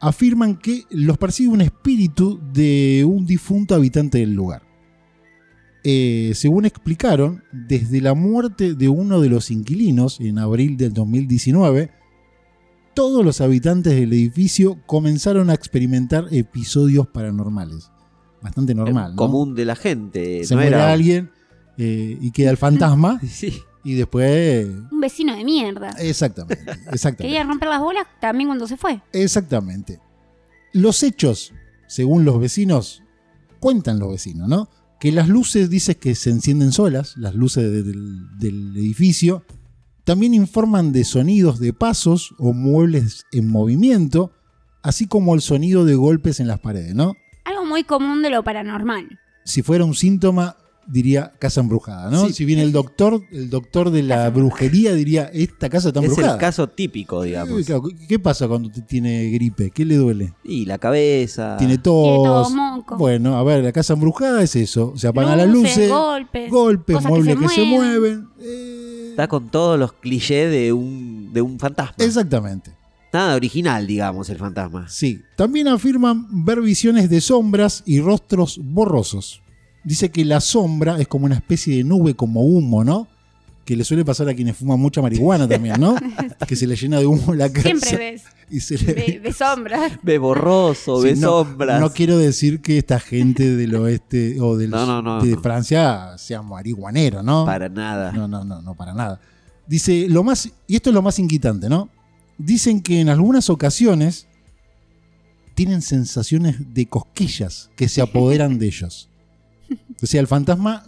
Speaker 1: afirman que los persigue un espíritu de un difunto habitante del lugar. Eh, según explicaron, desde la muerte de uno de los inquilinos en abril del 2019, todos los habitantes del edificio comenzaron a experimentar episodios paranormales. Bastante normal.
Speaker 2: El
Speaker 1: ¿no?
Speaker 2: común de la gente.
Speaker 1: se
Speaker 2: no
Speaker 1: muere
Speaker 2: era...
Speaker 1: alguien eh, y queda el fantasma
Speaker 2: [laughs] Sí.
Speaker 1: y después...
Speaker 3: Un vecino de mierda.
Speaker 1: Exactamente, exactamente.
Speaker 3: Quería romper las bolas también cuando se fue.
Speaker 1: Exactamente. Los hechos, según los vecinos, cuentan los vecinos, ¿no? Que las luces, dices que se encienden solas, las luces de- del, del edificio. También informan de sonidos de pasos o muebles en movimiento, así como el sonido de golpes en las paredes, ¿no?
Speaker 3: Algo muy común de lo paranormal.
Speaker 1: Si fuera un síntoma, diría casa embrujada, ¿no?
Speaker 2: Sí.
Speaker 1: Si viene el doctor, el doctor de la
Speaker 3: Casa
Speaker 1: brujería diría, esta casa está
Speaker 2: Es
Speaker 1: embrujada.
Speaker 2: el caso típico,
Speaker 1: Eh,
Speaker 2: digamos.
Speaker 1: claro, ¿Qué pasa cuando usted tiene gripe? ¿Qué le duele?
Speaker 2: Y la cabeza.
Speaker 1: Tiene
Speaker 3: Tiene
Speaker 1: tos.
Speaker 3: todos moncos.
Speaker 1: bueno, a ver, la casa embrujada es eso. Se apagan las luces,
Speaker 3: golpes.
Speaker 1: golpes,
Speaker 3: cosas que
Speaker 1: muebles que
Speaker 3: se
Speaker 1: se
Speaker 3: mueven.
Speaker 1: mueven. eh,
Speaker 2: Está con todos los clichés de un, de un fantasma.
Speaker 1: exactamente.
Speaker 2: Nada original, digamos, el fantasma.
Speaker 1: Sí. También afirman ver visiones de sombras y rostros borrosos. Dice que la sombra es como una especie de nube, como humo, ¿no? Que le suele pasar a quienes fuman mucha marihuana también,
Speaker 3: [laughs]
Speaker 1: ¿no? que se le llena de humo la casa. [laughs]
Speaker 3: Siempre ves,
Speaker 1: Y se le
Speaker 3: ve, ve sombras.
Speaker 2: Ve borroso,
Speaker 1: [laughs] Sí,
Speaker 2: ve
Speaker 1: no,
Speaker 2: sombras.
Speaker 1: No quiero decir que esta gente del oeste o del
Speaker 2: No, no, no,
Speaker 1: de
Speaker 2: no.
Speaker 1: Francia sea marihuanero, ¿no?
Speaker 2: Para nada.
Speaker 1: No, no, no, no, para nada. Dice, lo más, y esto es lo más inquietante, ¿no? Dicen que en algunas ocasiones tienen sensaciones de cosquillas que se apoderan de ellos. O sea, el fantasma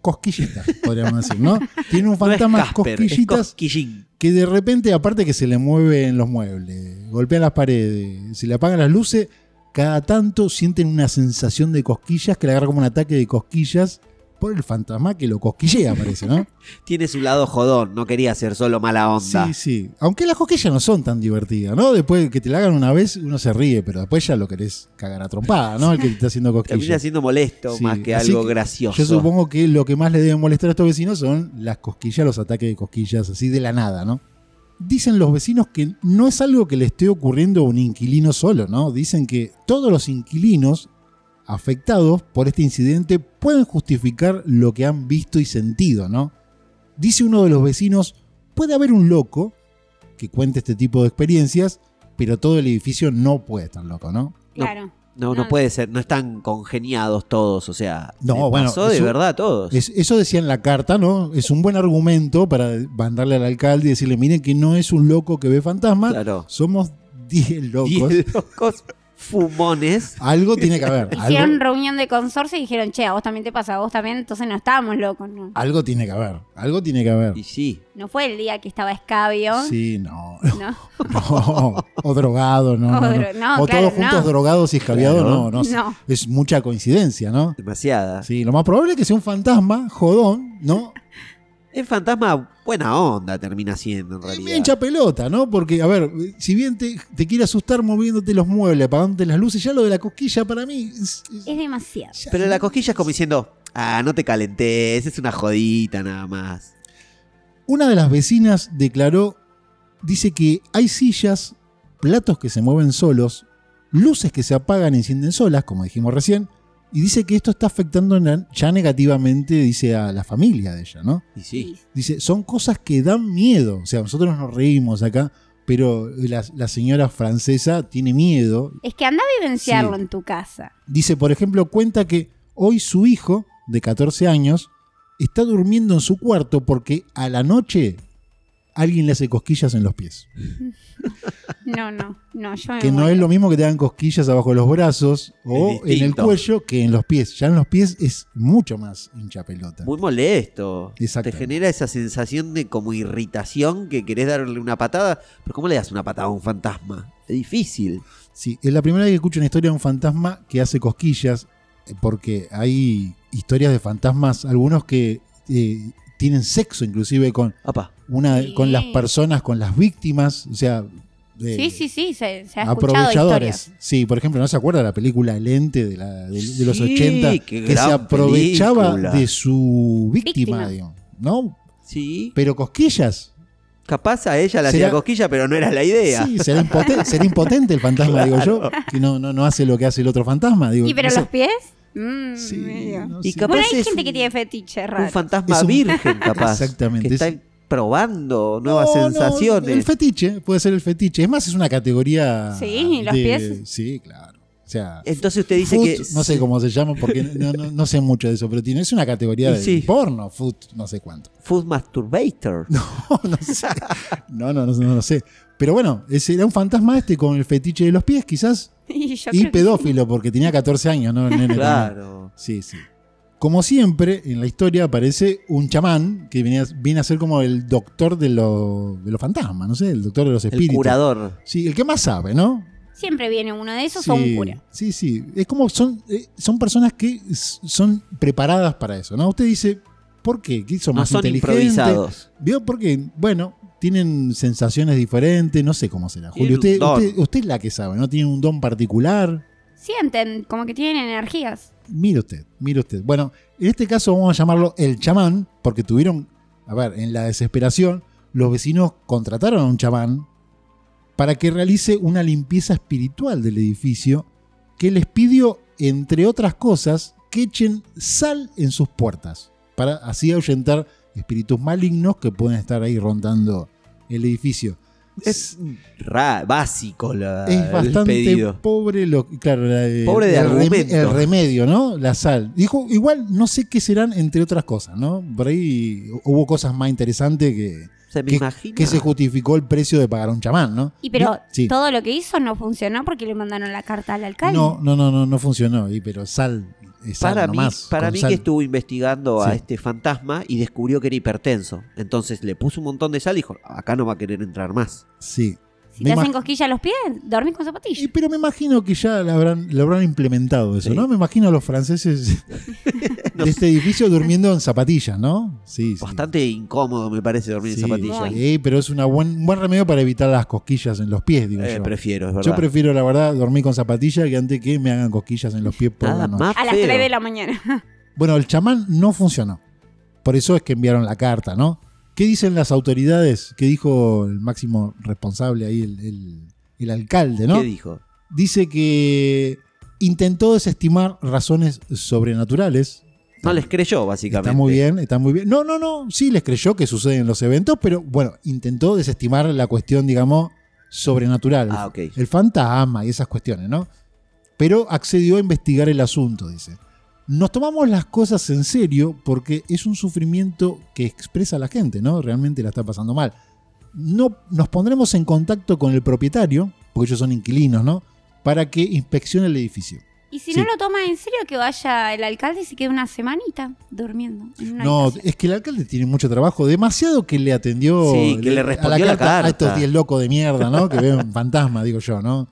Speaker 1: cosquillitas, podríamos decir, ¿no? Tiene un
Speaker 2: No es
Speaker 1: fantasma
Speaker 2: Casper, es
Speaker 1: cosquillitas
Speaker 2: cosquillín.
Speaker 1: que de repente, aparte que se le mueven los muebles, golpean las paredes, se le apagan las luces, cada tanto sienten una sensación de cosquillas que le agarra como un ataque de cosquillas por el fantasma que lo cosquillea, parece, ¿no?
Speaker 2: Tiene su lado jodón, no quería ser solo mala onda.
Speaker 1: Sí, sí. Aunque las cosquillas no son tan divertidas, ¿no? Después que te la hagan una vez, uno se ríe, pero después ya lo querés cagar a trompada, ¿no? El que te está haciendo
Speaker 2: [laughs] Termina
Speaker 1: cosquillas.
Speaker 2: siendo molesto
Speaker 1: Sí,
Speaker 2: más que
Speaker 1: así
Speaker 2: algo
Speaker 1: que
Speaker 2: gracioso.
Speaker 1: Yo supongo que lo que más le debe molestar a estos vecinos son las cosquillas, los ataques de cosquillas, así de la nada, ¿no? Dicen los vecinos que no es algo que le esté ocurriendo a un inquilino solo, ¿no? Dicen que todos los inquilinos afectados por este incidente pueden justificar lo que han visto y sentido, ¿no? Dice uno de los vecinos, puede haber un loco que cuente este tipo de experiencias, pero todo el edificio no puede estar loco, ¿no?
Speaker 3: Claro.
Speaker 2: No, no
Speaker 3: No.
Speaker 2: puede ser, no están congeniados todos, o sea,
Speaker 1: No,
Speaker 2: me
Speaker 1: bueno,
Speaker 2: pasó de
Speaker 1: eso-
Speaker 2: verdad a todos.
Speaker 1: Es- eso decía en la carta, ¿no? Es un buen argumento para mandarle al alcalde y decirle, miren que no es un loco que ve fantasmas, [laughs]
Speaker 2: claro.
Speaker 1: somos 10 locos.
Speaker 2: Diez locos
Speaker 1: [laughs]
Speaker 2: fumones.
Speaker 1: Algo tiene que
Speaker 2: [laughs]
Speaker 1: haber.
Speaker 3: Hicieron
Speaker 1: Algo,
Speaker 3: reunión de consorcio y dijeron, che, a vos también te pasa, a vos también, entonces no estábamos locos, no.
Speaker 1: algo tiene que haber. Algo tiene que haber.
Speaker 2: Y sí,
Speaker 3: No fue el día que estaba escabio,
Speaker 1: Sí, no. [laughs]
Speaker 3: ¿no?
Speaker 1: no. O drogado, no. no,
Speaker 3: O
Speaker 1: no.
Speaker 3: dro- no,
Speaker 1: o
Speaker 3: claro,
Speaker 1: todos juntos
Speaker 3: no.
Speaker 1: drogados y escabiados,
Speaker 2: Claro.
Speaker 1: no, no, sé.
Speaker 3: No.
Speaker 1: Es mucha coincidencia, ¿no?
Speaker 2: demasiada.
Speaker 1: Sí, lo más probable es que sea un fantasma, jodón, ¿no?
Speaker 2: El fantasma buena onda termina siendo en
Speaker 1: Es
Speaker 2: realidad.
Speaker 1: bien hincha pelota, ¿no? Porque, a ver, si bien te, te quiere asustar moviéndote los muebles, apagándote las luces, ya lo de la cosquilla para mí. es- es-
Speaker 3: Es demasiado.
Speaker 1: ya-
Speaker 2: Pero la cosquilla es como diciendo, ah, no te calentes, es una jodita nada más.
Speaker 1: Una de las vecinas declaró: dice que hay sillas, platos que se mueven solos, luces que se apagan y encienden solas, como dijimos recién, y dice que esto está afectando na- ya negativamente, dice, a la familia de ella, ¿no?
Speaker 2: Y sí,
Speaker 1: Dice, son cosas que dan miedo. O sea, nosotros nos reímos acá, pero la, la señora francesa tiene miedo
Speaker 3: Es que anda a vivenciarlo
Speaker 1: Sí.
Speaker 3: en tu casa.
Speaker 1: Dice, por ejemplo, cuenta que hoy su hijo, de 14 años, está durmiendo en su cuarto porque a la noche alguien le hace cosquillas en los pies.
Speaker 2: Ah,
Speaker 3: No, no, no, yo me
Speaker 1: Que no
Speaker 3: muero.
Speaker 1: es lo mismo que te hagan cosquillas abajo de los brazos o
Speaker 2: Es
Speaker 1: en el
Speaker 2: distinto.
Speaker 1: cuello que en los pies. Ya en los pies es mucho más hincha pelota.
Speaker 2: muy molesto.
Speaker 1: Exacto.
Speaker 2: Te genera esa sensación de como irritación que querés darle una patada. Pero ¿cómo le das una patada a un fantasma? Es difícil.
Speaker 1: Sí, es la primera vez que escucho una historia de un fantasma que hace cosquillas, eh, porque hay historias de fantasmas, algunos que eh, tienen sexo inclusive con,
Speaker 2: Apa,
Speaker 1: una
Speaker 3: Sí.
Speaker 1: con las personas, con las víctimas, o sea, de-
Speaker 3: Sí, sí, sí, se, se ha escuchado
Speaker 1: aprovechadores.
Speaker 3: historias.
Speaker 1: Sí, por ejemplo, ¿no se acuerda la película Lente de, la- de- de los
Speaker 2: Sí,
Speaker 1: 80
Speaker 2: qué
Speaker 1: que se
Speaker 2: gran
Speaker 1: aprovechaba
Speaker 2: película.
Speaker 1: de su víctima,
Speaker 3: Víctima.
Speaker 1: digamos, ¿no?
Speaker 2: sí.
Speaker 1: Pero cosquillas.
Speaker 2: Capaz a ella le
Speaker 1: Será-
Speaker 2: hacía cosquilla, pero no era la idea.
Speaker 1: Sí, será impotente, será impotente el fantasma, digo yo, que no, no, no hace lo que hace el otro fantasma, digo.
Speaker 3: ¿Y pero
Speaker 1: no sé.
Speaker 3: los pies? Mm,
Speaker 1: Sí,
Speaker 3: medio.
Speaker 1: no
Speaker 2: Y
Speaker 1: sé.
Speaker 2: capaz-
Speaker 3: Bueno, hay
Speaker 2: es
Speaker 3: gente
Speaker 2: un-
Speaker 3: que tiene fetiche raro.
Speaker 2: Un fantasma
Speaker 1: Es un- [laughs]
Speaker 2: virgen, capaz.
Speaker 1: Exactamente,
Speaker 2: Que está
Speaker 1: es-
Speaker 2: probando nuevas
Speaker 1: No, no,
Speaker 2: sensaciones.
Speaker 1: el fetiche, puede ser el fetiche. Es más, es una categoría.
Speaker 3: Sí, los
Speaker 1: de-
Speaker 3: pies.
Speaker 1: Sí, claro. O sea,
Speaker 2: Entonces usted dice
Speaker 1: Foot,
Speaker 2: que.
Speaker 1: no sé cómo se llama porque no, no- no sé mucho de eso, pero tiene, es una categoría
Speaker 2: Y
Speaker 1: de
Speaker 2: sí.
Speaker 1: porno, foot, no sé cuánto. [laughs]
Speaker 2: Food masturbator. No,
Speaker 1: No sé. No, no, no, no lo sé. Pero bueno, ese era un fantasma este con el fetiche de los pies, quizás,
Speaker 3: [laughs] y yo
Speaker 1: y
Speaker 3: creo que
Speaker 1: pedófilo, porque tenía 14 años, ¿no? El nene también.
Speaker 2: claro.
Speaker 1: Sí, sí. Como siempre, en la historia aparece un chamán que viene a, viene a ser como el doctor de, los de los fantasmas, no sé, el doctor de los
Speaker 2: El
Speaker 1: espíritus.
Speaker 2: curador.
Speaker 1: Sí, el que más sabe, ¿no?
Speaker 3: Siempre viene uno de esos
Speaker 1: sí,
Speaker 3: o un cura.
Speaker 1: Sí, sí. Es como son, eh, son personas que s- son preparadas para eso, ¿no? Usted dice, ¿por qué? ¿Qué son
Speaker 2: No
Speaker 1: más
Speaker 2: Ah, son
Speaker 1: inteligentes?
Speaker 2: improvisados.
Speaker 1: ¿Vio? Porque, bueno, tienen sensaciones diferentes, no sé cómo será.
Speaker 2: Y
Speaker 1: Julio, usted,
Speaker 2: don.
Speaker 1: usted, usted es la que sabe, ¿no? Tiene un don particular.
Speaker 3: Sienten como que tienen energías.
Speaker 1: Mire usted, mire usted. Bueno, en este caso vamos a llamarlo el chamán, porque tuvieron, a ver, en la desesperación, los vecinos contrataron a un chamán para que realice una limpieza espiritual del edificio que les pidió, entre otras cosas, que echen sal en sus puertas, para así ahuyentar espíritus malignos que pueden estar ahí rondando el edificio.
Speaker 2: Es ra- básico la-
Speaker 1: Es
Speaker 2: el
Speaker 1: bastante
Speaker 2: pedido.
Speaker 1: pobre lo claro, la- eh,
Speaker 2: Pobre de
Speaker 1: el, reme-
Speaker 2: argumento.
Speaker 1: el remedio, ¿no? La sal. Dijo, igual no sé qué serán, entre otras cosas, ¿no? Por ahí hubo cosas más interesantes que,
Speaker 2: Se me
Speaker 1: que-
Speaker 2: imagina.
Speaker 1: que se justificó el precio de pagar a un chamán, ¿no?
Speaker 3: Y pero
Speaker 1: Sí.
Speaker 3: todo lo que hizo no funcionó porque le mandaron la carta al alcalde.
Speaker 1: No, no, no, no, no funcionó. Y, pero sal, eh, sal
Speaker 2: para mí,
Speaker 1: nomás,
Speaker 2: para
Speaker 1: con
Speaker 2: mí
Speaker 1: sal.
Speaker 2: que estuvo investigando a
Speaker 1: Sí.
Speaker 2: este fantasma y descubrió que era hipertenso. Entonces le puso un montón de sal y dijo, acá no va a querer entrar más.
Speaker 1: Sí.
Speaker 3: si
Speaker 1: me
Speaker 3: te
Speaker 1: imag-
Speaker 3: hacen cosquillas a los pies, dormís con zapatillas.
Speaker 1: Y, pero me imagino que ya lo habrán, lo habrán implementado eso,
Speaker 2: Sí.
Speaker 1: ¿no? Me imagino a los
Speaker 2: [laughs]
Speaker 1: franceses de este edificio durmiendo en zapatillas, ¿no? Sí, sí.
Speaker 2: Bastante incómodo me parece dormir
Speaker 1: Sí,
Speaker 2: en zapatillas. Eh,
Speaker 3: Muy.
Speaker 1: sí, pero es una buen- un buen remedio para evitar las cosquillas en los pies, digo
Speaker 2: Eh,
Speaker 1: yo.
Speaker 2: prefiero, es verdad.
Speaker 1: Yo prefiero, la verdad, dormir con zapatillas que antes que me hagan cosquillas en los pies por
Speaker 2: Nada
Speaker 1: la noche.
Speaker 2: más
Speaker 3: A las
Speaker 2: feo.
Speaker 3: 3 de la mañana. [laughs]
Speaker 1: Bueno, el chamán no funcionó. Por eso es que enviaron la carta, ¿no? ¿Qué dicen las autoridades? ¿Qué dijo el máximo responsable ahí, el, el- el alcalde, no?
Speaker 2: ¿Qué dijo?
Speaker 1: Dice que intentó desestimar razones sobrenaturales.
Speaker 2: No les creyó,
Speaker 1: Está
Speaker 2: básicamente.
Speaker 1: muy bien, está muy bien. No, no, no, sí les creyó que suceden los eventos, pero bueno, intentó desestimar la cuestión, digamos, sobrenatural.
Speaker 2: Ah, ok.
Speaker 1: El fantasma y esas cuestiones, ¿no? Pero accedió a investigar el asunto, dice. Nos tomamos las cosas en serio porque es un sufrimiento que expresa la gente, ¿no? Realmente la está pasando mal. No, nos pondremos en contacto con el propietario, porque ellos son inquilinos, ¿no? Para que inspeccione el edificio.
Speaker 3: Y si
Speaker 1: Sí.
Speaker 3: no lo toma en serio, que vaya el alcalde y se quede una semanita durmiendo. en una
Speaker 1: No,
Speaker 3: habitación.
Speaker 1: es que el alcalde tiene mucho trabajo. Demasiado que le atendió.
Speaker 2: Sí, que le respondió la carta.
Speaker 1: A estos 10 locos de mierda, ¿no? Que ven fantasmas, digo yo, ¿no?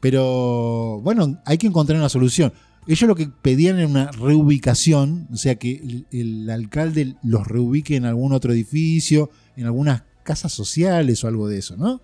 Speaker 1: Pero bueno, hay que encontrar una solución. Ellos lo que pedían era una reubicación, o sea, que el, el alcalde los reubique en algún otro edificio, en algunas casas sociales o algo de eso, ¿no?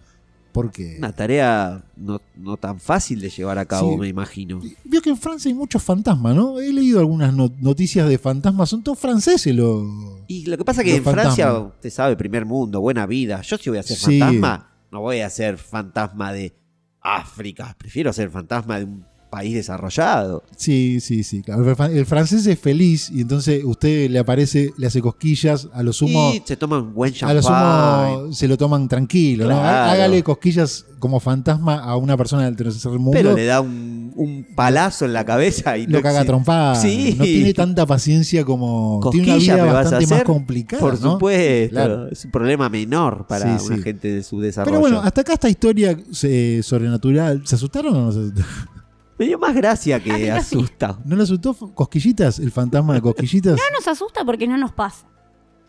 Speaker 1: Porque.
Speaker 2: Una tarea no, no tan fácil de llevar a cabo,
Speaker 1: Sí.
Speaker 2: me imagino.
Speaker 1: Vio que en Francia hay muchos fantasmas, ¿no? He leído algunas no- noticias de fantasmas, son todos franceses los.
Speaker 2: Y lo que pasa es
Speaker 1: Los
Speaker 2: que en Francia,
Speaker 1: fantasmas.
Speaker 2: usted sabe, primer mundo, buena vida. Yo si voy a ser
Speaker 1: Sí.
Speaker 2: fantasma, no voy a ser fantasma de África. Prefiero ser fantasma de un país desarrollado.
Speaker 1: Sí, sí, sí. claro. El fran- El francés es feliz y entonces usted le aparece, le hace cosquillas, a lo sumo,
Speaker 2: y se toma un buen
Speaker 1: a lo
Speaker 2: champán.
Speaker 1: sumo se lo toman tranquilo, ¿no?
Speaker 2: Claro.
Speaker 1: Hágale cosquillas como fantasma a una persona del tercer mundo,
Speaker 2: Pero le da un, un palazo en la cabeza y
Speaker 1: lo
Speaker 2: no
Speaker 1: caga
Speaker 2: exi-
Speaker 1: a trompada.
Speaker 2: Sí.
Speaker 1: No tiene tanta paciencia como tiene
Speaker 2: Cosquillas
Speaker 1: una
Speaker 2: me
Speaker 1: vida
Speaker 2: vas a
Speaker 1: bastante más
Speaker 2: hacer,
Speaker 1: complicada,
Speaker 2: Por
Speaker 1: ¿no?
Speaker 2: supuesto,
Speaker 1: Claro.
Speaker 2: es un problema menor para
Speaker 1: Sí,
Speaker 2: una
Speaker 1: sí.
Speaker 2: gente de su desarrollo.
Speaker 1: Pero bueno, hasta acá esta historia eh, sobrenatural. ¿Se asustaron o no se asustaron? [laughs]
Speaker 2: Me dio más gracia que asusta.
Speaker 1: ¿No le asustó cosquillitas? ¿El fantasma de
Speaker 2: [laughs]
Speaker 1: cosquillitas?
Speaker 3: No nos asusta porque no nos pasa.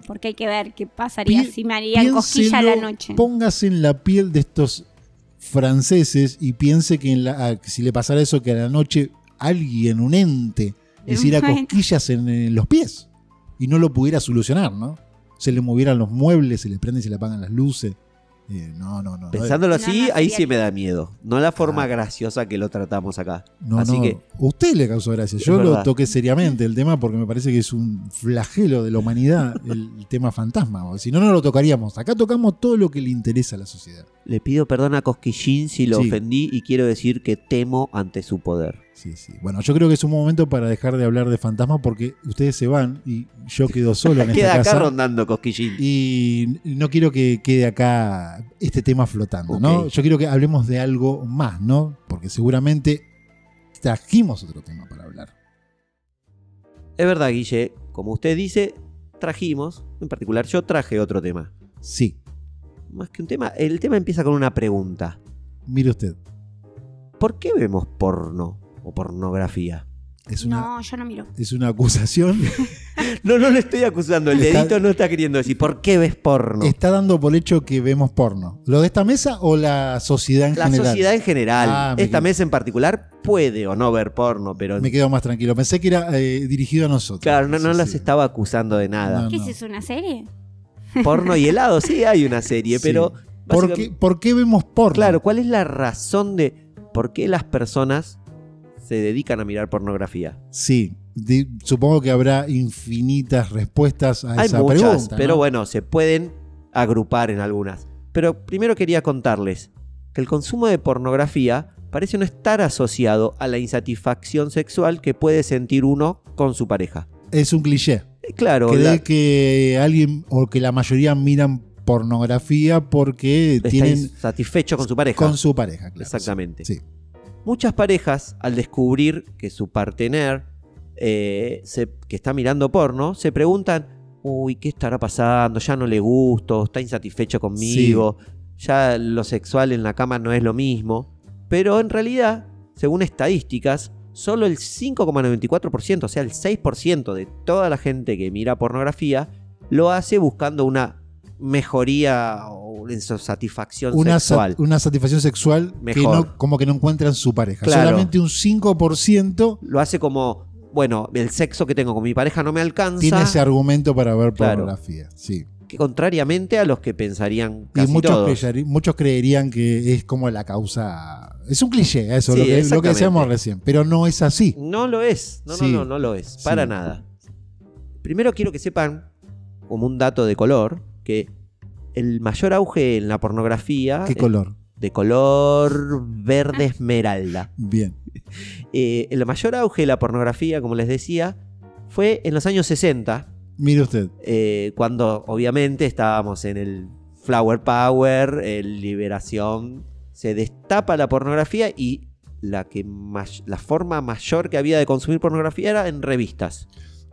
Speaker 3: Porque hay que ver qué pasaría
Speaker 1: Pi-
Speaker 3: si me harían cosquilla a la
Speaker 1: piénselo,
Speaker 3: noche.
Speaker 1: Póngase en la piel de estos franceses y piense que en la- a- que si le pasara eso, que a la noche alguien, un ente, le hiciera
Speaker 3: Un ente.
Speaker 1: cosquillas en, en los pies y no lo pudiera solucionar, ¿no? Se le movieran los muebles, se le prenden y se le apagan las luces. Eh, no, no, no.
Speaker 2: Pensándolo
Speaker 3: No,
Speaker 2: así,
Speaker 3: no,
Speaker 2: ahí
Speaker 3: sí,
Speaker 2: sí
Speaker 3: aquí.
Speaker 2: me da miedo. No la forma
Speaker 1: Ah.
Speaker 2: graciosa que lo tratamos acá.
Speaker 1: No,
Speaker 2: así
Speaker 1: no,
Speaker 2: que
Speaker 1: Usted le causó gracia.
Speaker 2: Es
Speaker 1: Yo lo
Speaker 2: verdad.
Speaker 1: toqué seriamente el tema porque me parece que es un flagelo de la humanidad el, el tema fantasma. o Si no, no lo tocaríamos. Acá tocamos todo lo que le interesa a la sociedad.
Speaker 2: le pido perdón a Cosquillín si lo
Speaker 1: Sí.
Speaker 2: ofendí y quiero decir que temo ante su poder.
Speaker 1: Sí, sí. Bueno, yo creo que es un momento para dejar de hablar de fantasmas porque ustedes se van y yo quedo solo
Speaker 2: [laughs]
Speaker 1: en
Speaker 2: Queda
Speaker 1: esta
Speaker 2: acá
Speaker 1: casa.
Speaker 2: rondando Cosquillín.
Speaker 1: Y no quiero que quede acá este tema flotando, ¿no?
Speaker 2: Ok.
Speaker 1: Yo quiero que hablemos de algo más, ¿no? Porque seguramente trajimos otro tema para hablar.
Speaker 2: Es verdad, Guille, como usted dice, trajimos, en particular yo traje otro tema.
Speaker 1: Sí,
Speaker 2: Más que un tema, el tema empieza con una pregunta.
Speaker 1: mire usted.
Speaker 2: ¿Por qué vemos porno o pornografía?
Speaker 1: Es una,
Speaker 3: No, yo no miro.
Speaker 1: es una
Speaker 2: [laughs]
Speaker 1: acusación.
Speaker 2: No, no lo estoy acusando. El
Speaker 1: Está-
Speaker 2: dedito no está queriendo decir, ¿por qué ves porno?
Speaker 1: Está dando por hecho que vemos porno. ¿Lo de esta mesa o la sociedad en
Speaker 2: La
Speaker 1: general?
Speaker 2: sociedad en general,
Speaker 1: Ah, me
Speaker 2: esta
Speaker 1: equivoco.
Speaker 2: mesa en particular, puede o no ver porno, pero
Speaker 1: Me quedo más tranquilo. Pensé que era eh, dirigido a nosotros.
Speaker 2: claro, no, no
Speaker 1: Sí,
Speaker 2: las
Speaker 1: sí.
Speaker 2: estaba acusando de nada.
Speaker 3: ¿Qué
Speaker 1: no.
Speaker 3: es eso, una serie?
Speaker 2: Porno y helado, sí hay una serie,
Speaker 1: Sí.
Speaker 2: pero...
Speaker 1: ¿Por qué, por qué vemos porno?
Speaker 2: Claro, ¿cuál es la razón de por qué las personas se dedican a mirar pornografía?
Speaker 1: Sí. Di- supongo que habrá infinitas respuestas a
Speaker 2: Hay
Speaker 1: esa
Speaker 2: muchas,
Speaker 1: pregunta.
Speaker 2: pero
Speaker 1: ¿no?
Speaker 2: bueno, se pueden agrupar en algunas. Pero primero quería contarles que el consumo de pornografía parece no estar asociado a la insatisfacción sexual que puede sentir uno con su pareja.
Speaker 1: Es un cliché.
Speaker 2: Eh, Claro,
Speaker 1: Cree
Speaker 2: la-
Speaker 1: que alguien o que la mayoría miran pornografía porque
Speaker 2: está
Speaker 1: tienen
Speaker 2: insatisfecho con su pareja.
Speaker 1: con su pareja. Claro,
Speaker 2: Exactamente.
Speaker 1: Sí.
Speaker 2: Muchas parejas, al descubrir que su partener eh, se- que está mirando porno, se preguntan, uy, ¿qué estará pasando? Ya no le gusto, está insatisfecho conmigo, ya lo sexual en la cama no es lo mismo. Pero en realidad, según estadísticas, solo el 5,94%, o sea, el 6% de toda la gente que mira pornografía, lo hace buscando una mejoría o en su satisfacción
Speaker 1: una, sa-
Speaker 2: sexual.
Speaker 1: una satisfacción sexual que
Speaker 2: Mejor.
Speaker 1: no, como que no encuentran su pareja.
Speaker 2: Claro.
Speaker 1: Solamente un 5%
Speaker 2: lo hace como, bueno, el sexo que tengo con mi pareja no me alcanza,
Speaker 1: tiene ese argumento para ver
Speaker 2: Claro.
Speaker 1: pornografía. Sí.
Speaker 2: que contrariamente a los que pensarían
Speaker 1: Y
Speaker 2: casi
Speaker 1: muchos,
Speaker 2: todos.
Speaker 1: creyeri- muchos creerían que es como la causa. Es un cliché, ¿eh? eso,
Speaker 2: Sí,
Speaker 1: lo, que, lo que
Speaker 2: exactamente.
Speaker 1: decíamos recién. Pero no es así.
Speaker 2: No lo es, no,
Speaker 1: Sí.
Speaker 2: no, no, no lo es, para
Speaker 1: Sí.
Speaker 2: nada. Primero quiero que sepan, como un dato de color, que el mayor auge en la pornografía
Speaker 1: ¿Qué
Speaker 2: es
Speaker 1: color?
Speaker 2: de color verde esmeralda.
Speaker 1: Bien.
Speaker 2: Eh, el mayor auge de la pornografía, como les decía, fue en los años 60,
Speaker 1: Mire usted.
Speaker 2: eh, cuando obviamente estábamos en el Flower Power, el Liberación, se destapa la pornografía y la, que may- la forma mayor que había de consumir pornografía era en revistas.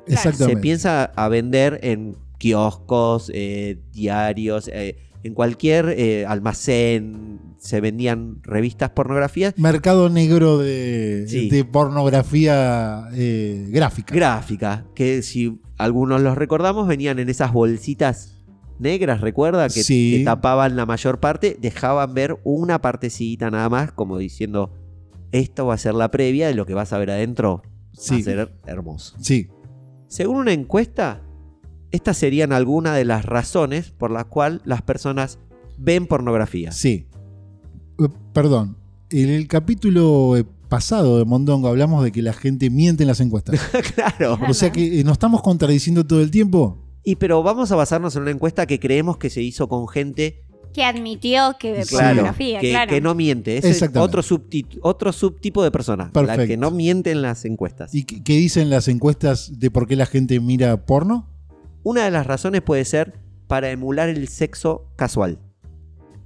Speaker 2: Se
Speaker 1: Exactamente.
Speaker 2: piensa a vender en kioscos, eh, diarios, eh, en cualquier eh, almacén se vendían revistas pornografías
Speaker 1: Mercado negro de,
Speaker 2: Sí.
Speaker 1: de pornografía eh, gráfica.
Speaker 2: gráficas, que si algunos los recordamos, venían en esas bolsitas negras, recuerda, que,
Speaker 1: Sí.
Speaker 2: que tapaban la mayor parte, dejaban ver una partecita nada más, como diciendo, esto va a ser la previa de lo que vas a ver adentro. Va a
Speaker 1: sí.
Speaker 2: ser hermoso.
Speaker 1: sí.
Speaker 2: Según una encuesta, estas serían algunas de las razones por las cuales las personas ven
Speaker 1: [laughs]
Speaker 2: pornografía.
Speaker 1: Sí. Eh, Perdón. En el capítulo eh, pasado de Mondongo hablamos de que la gente miente en las
Speaker 2: [laughs]
Speaker 1: encuestas.
Speaker 2: claro.
Speaker 1: o sea que eh, nos estamos contradiciendo todo el tiempo.
Speaker 2: Y pero vamos a basarnos en una encuesta que creemos que se hizo con gente
Speaker 3: Que admitió que ve
Speaker 1: Sí.
Speaker 3: pornografía,
Speaker 2: que,
Speaker 3: claro.
Speaker 2: que no miente. Ese es
Speaker 1: Exactamente.
Speaker 2: otro, subti- otro subtipo de persona.
Speaker 1: Perfecto.
Speaker 2: La que no miente en las encuestas.
Speaker 1: ¿Y qué qué dicen las encuestas de por qué la gente mira porno?
Speaker 2: Una de las razones puede ser para emular el sexo casual.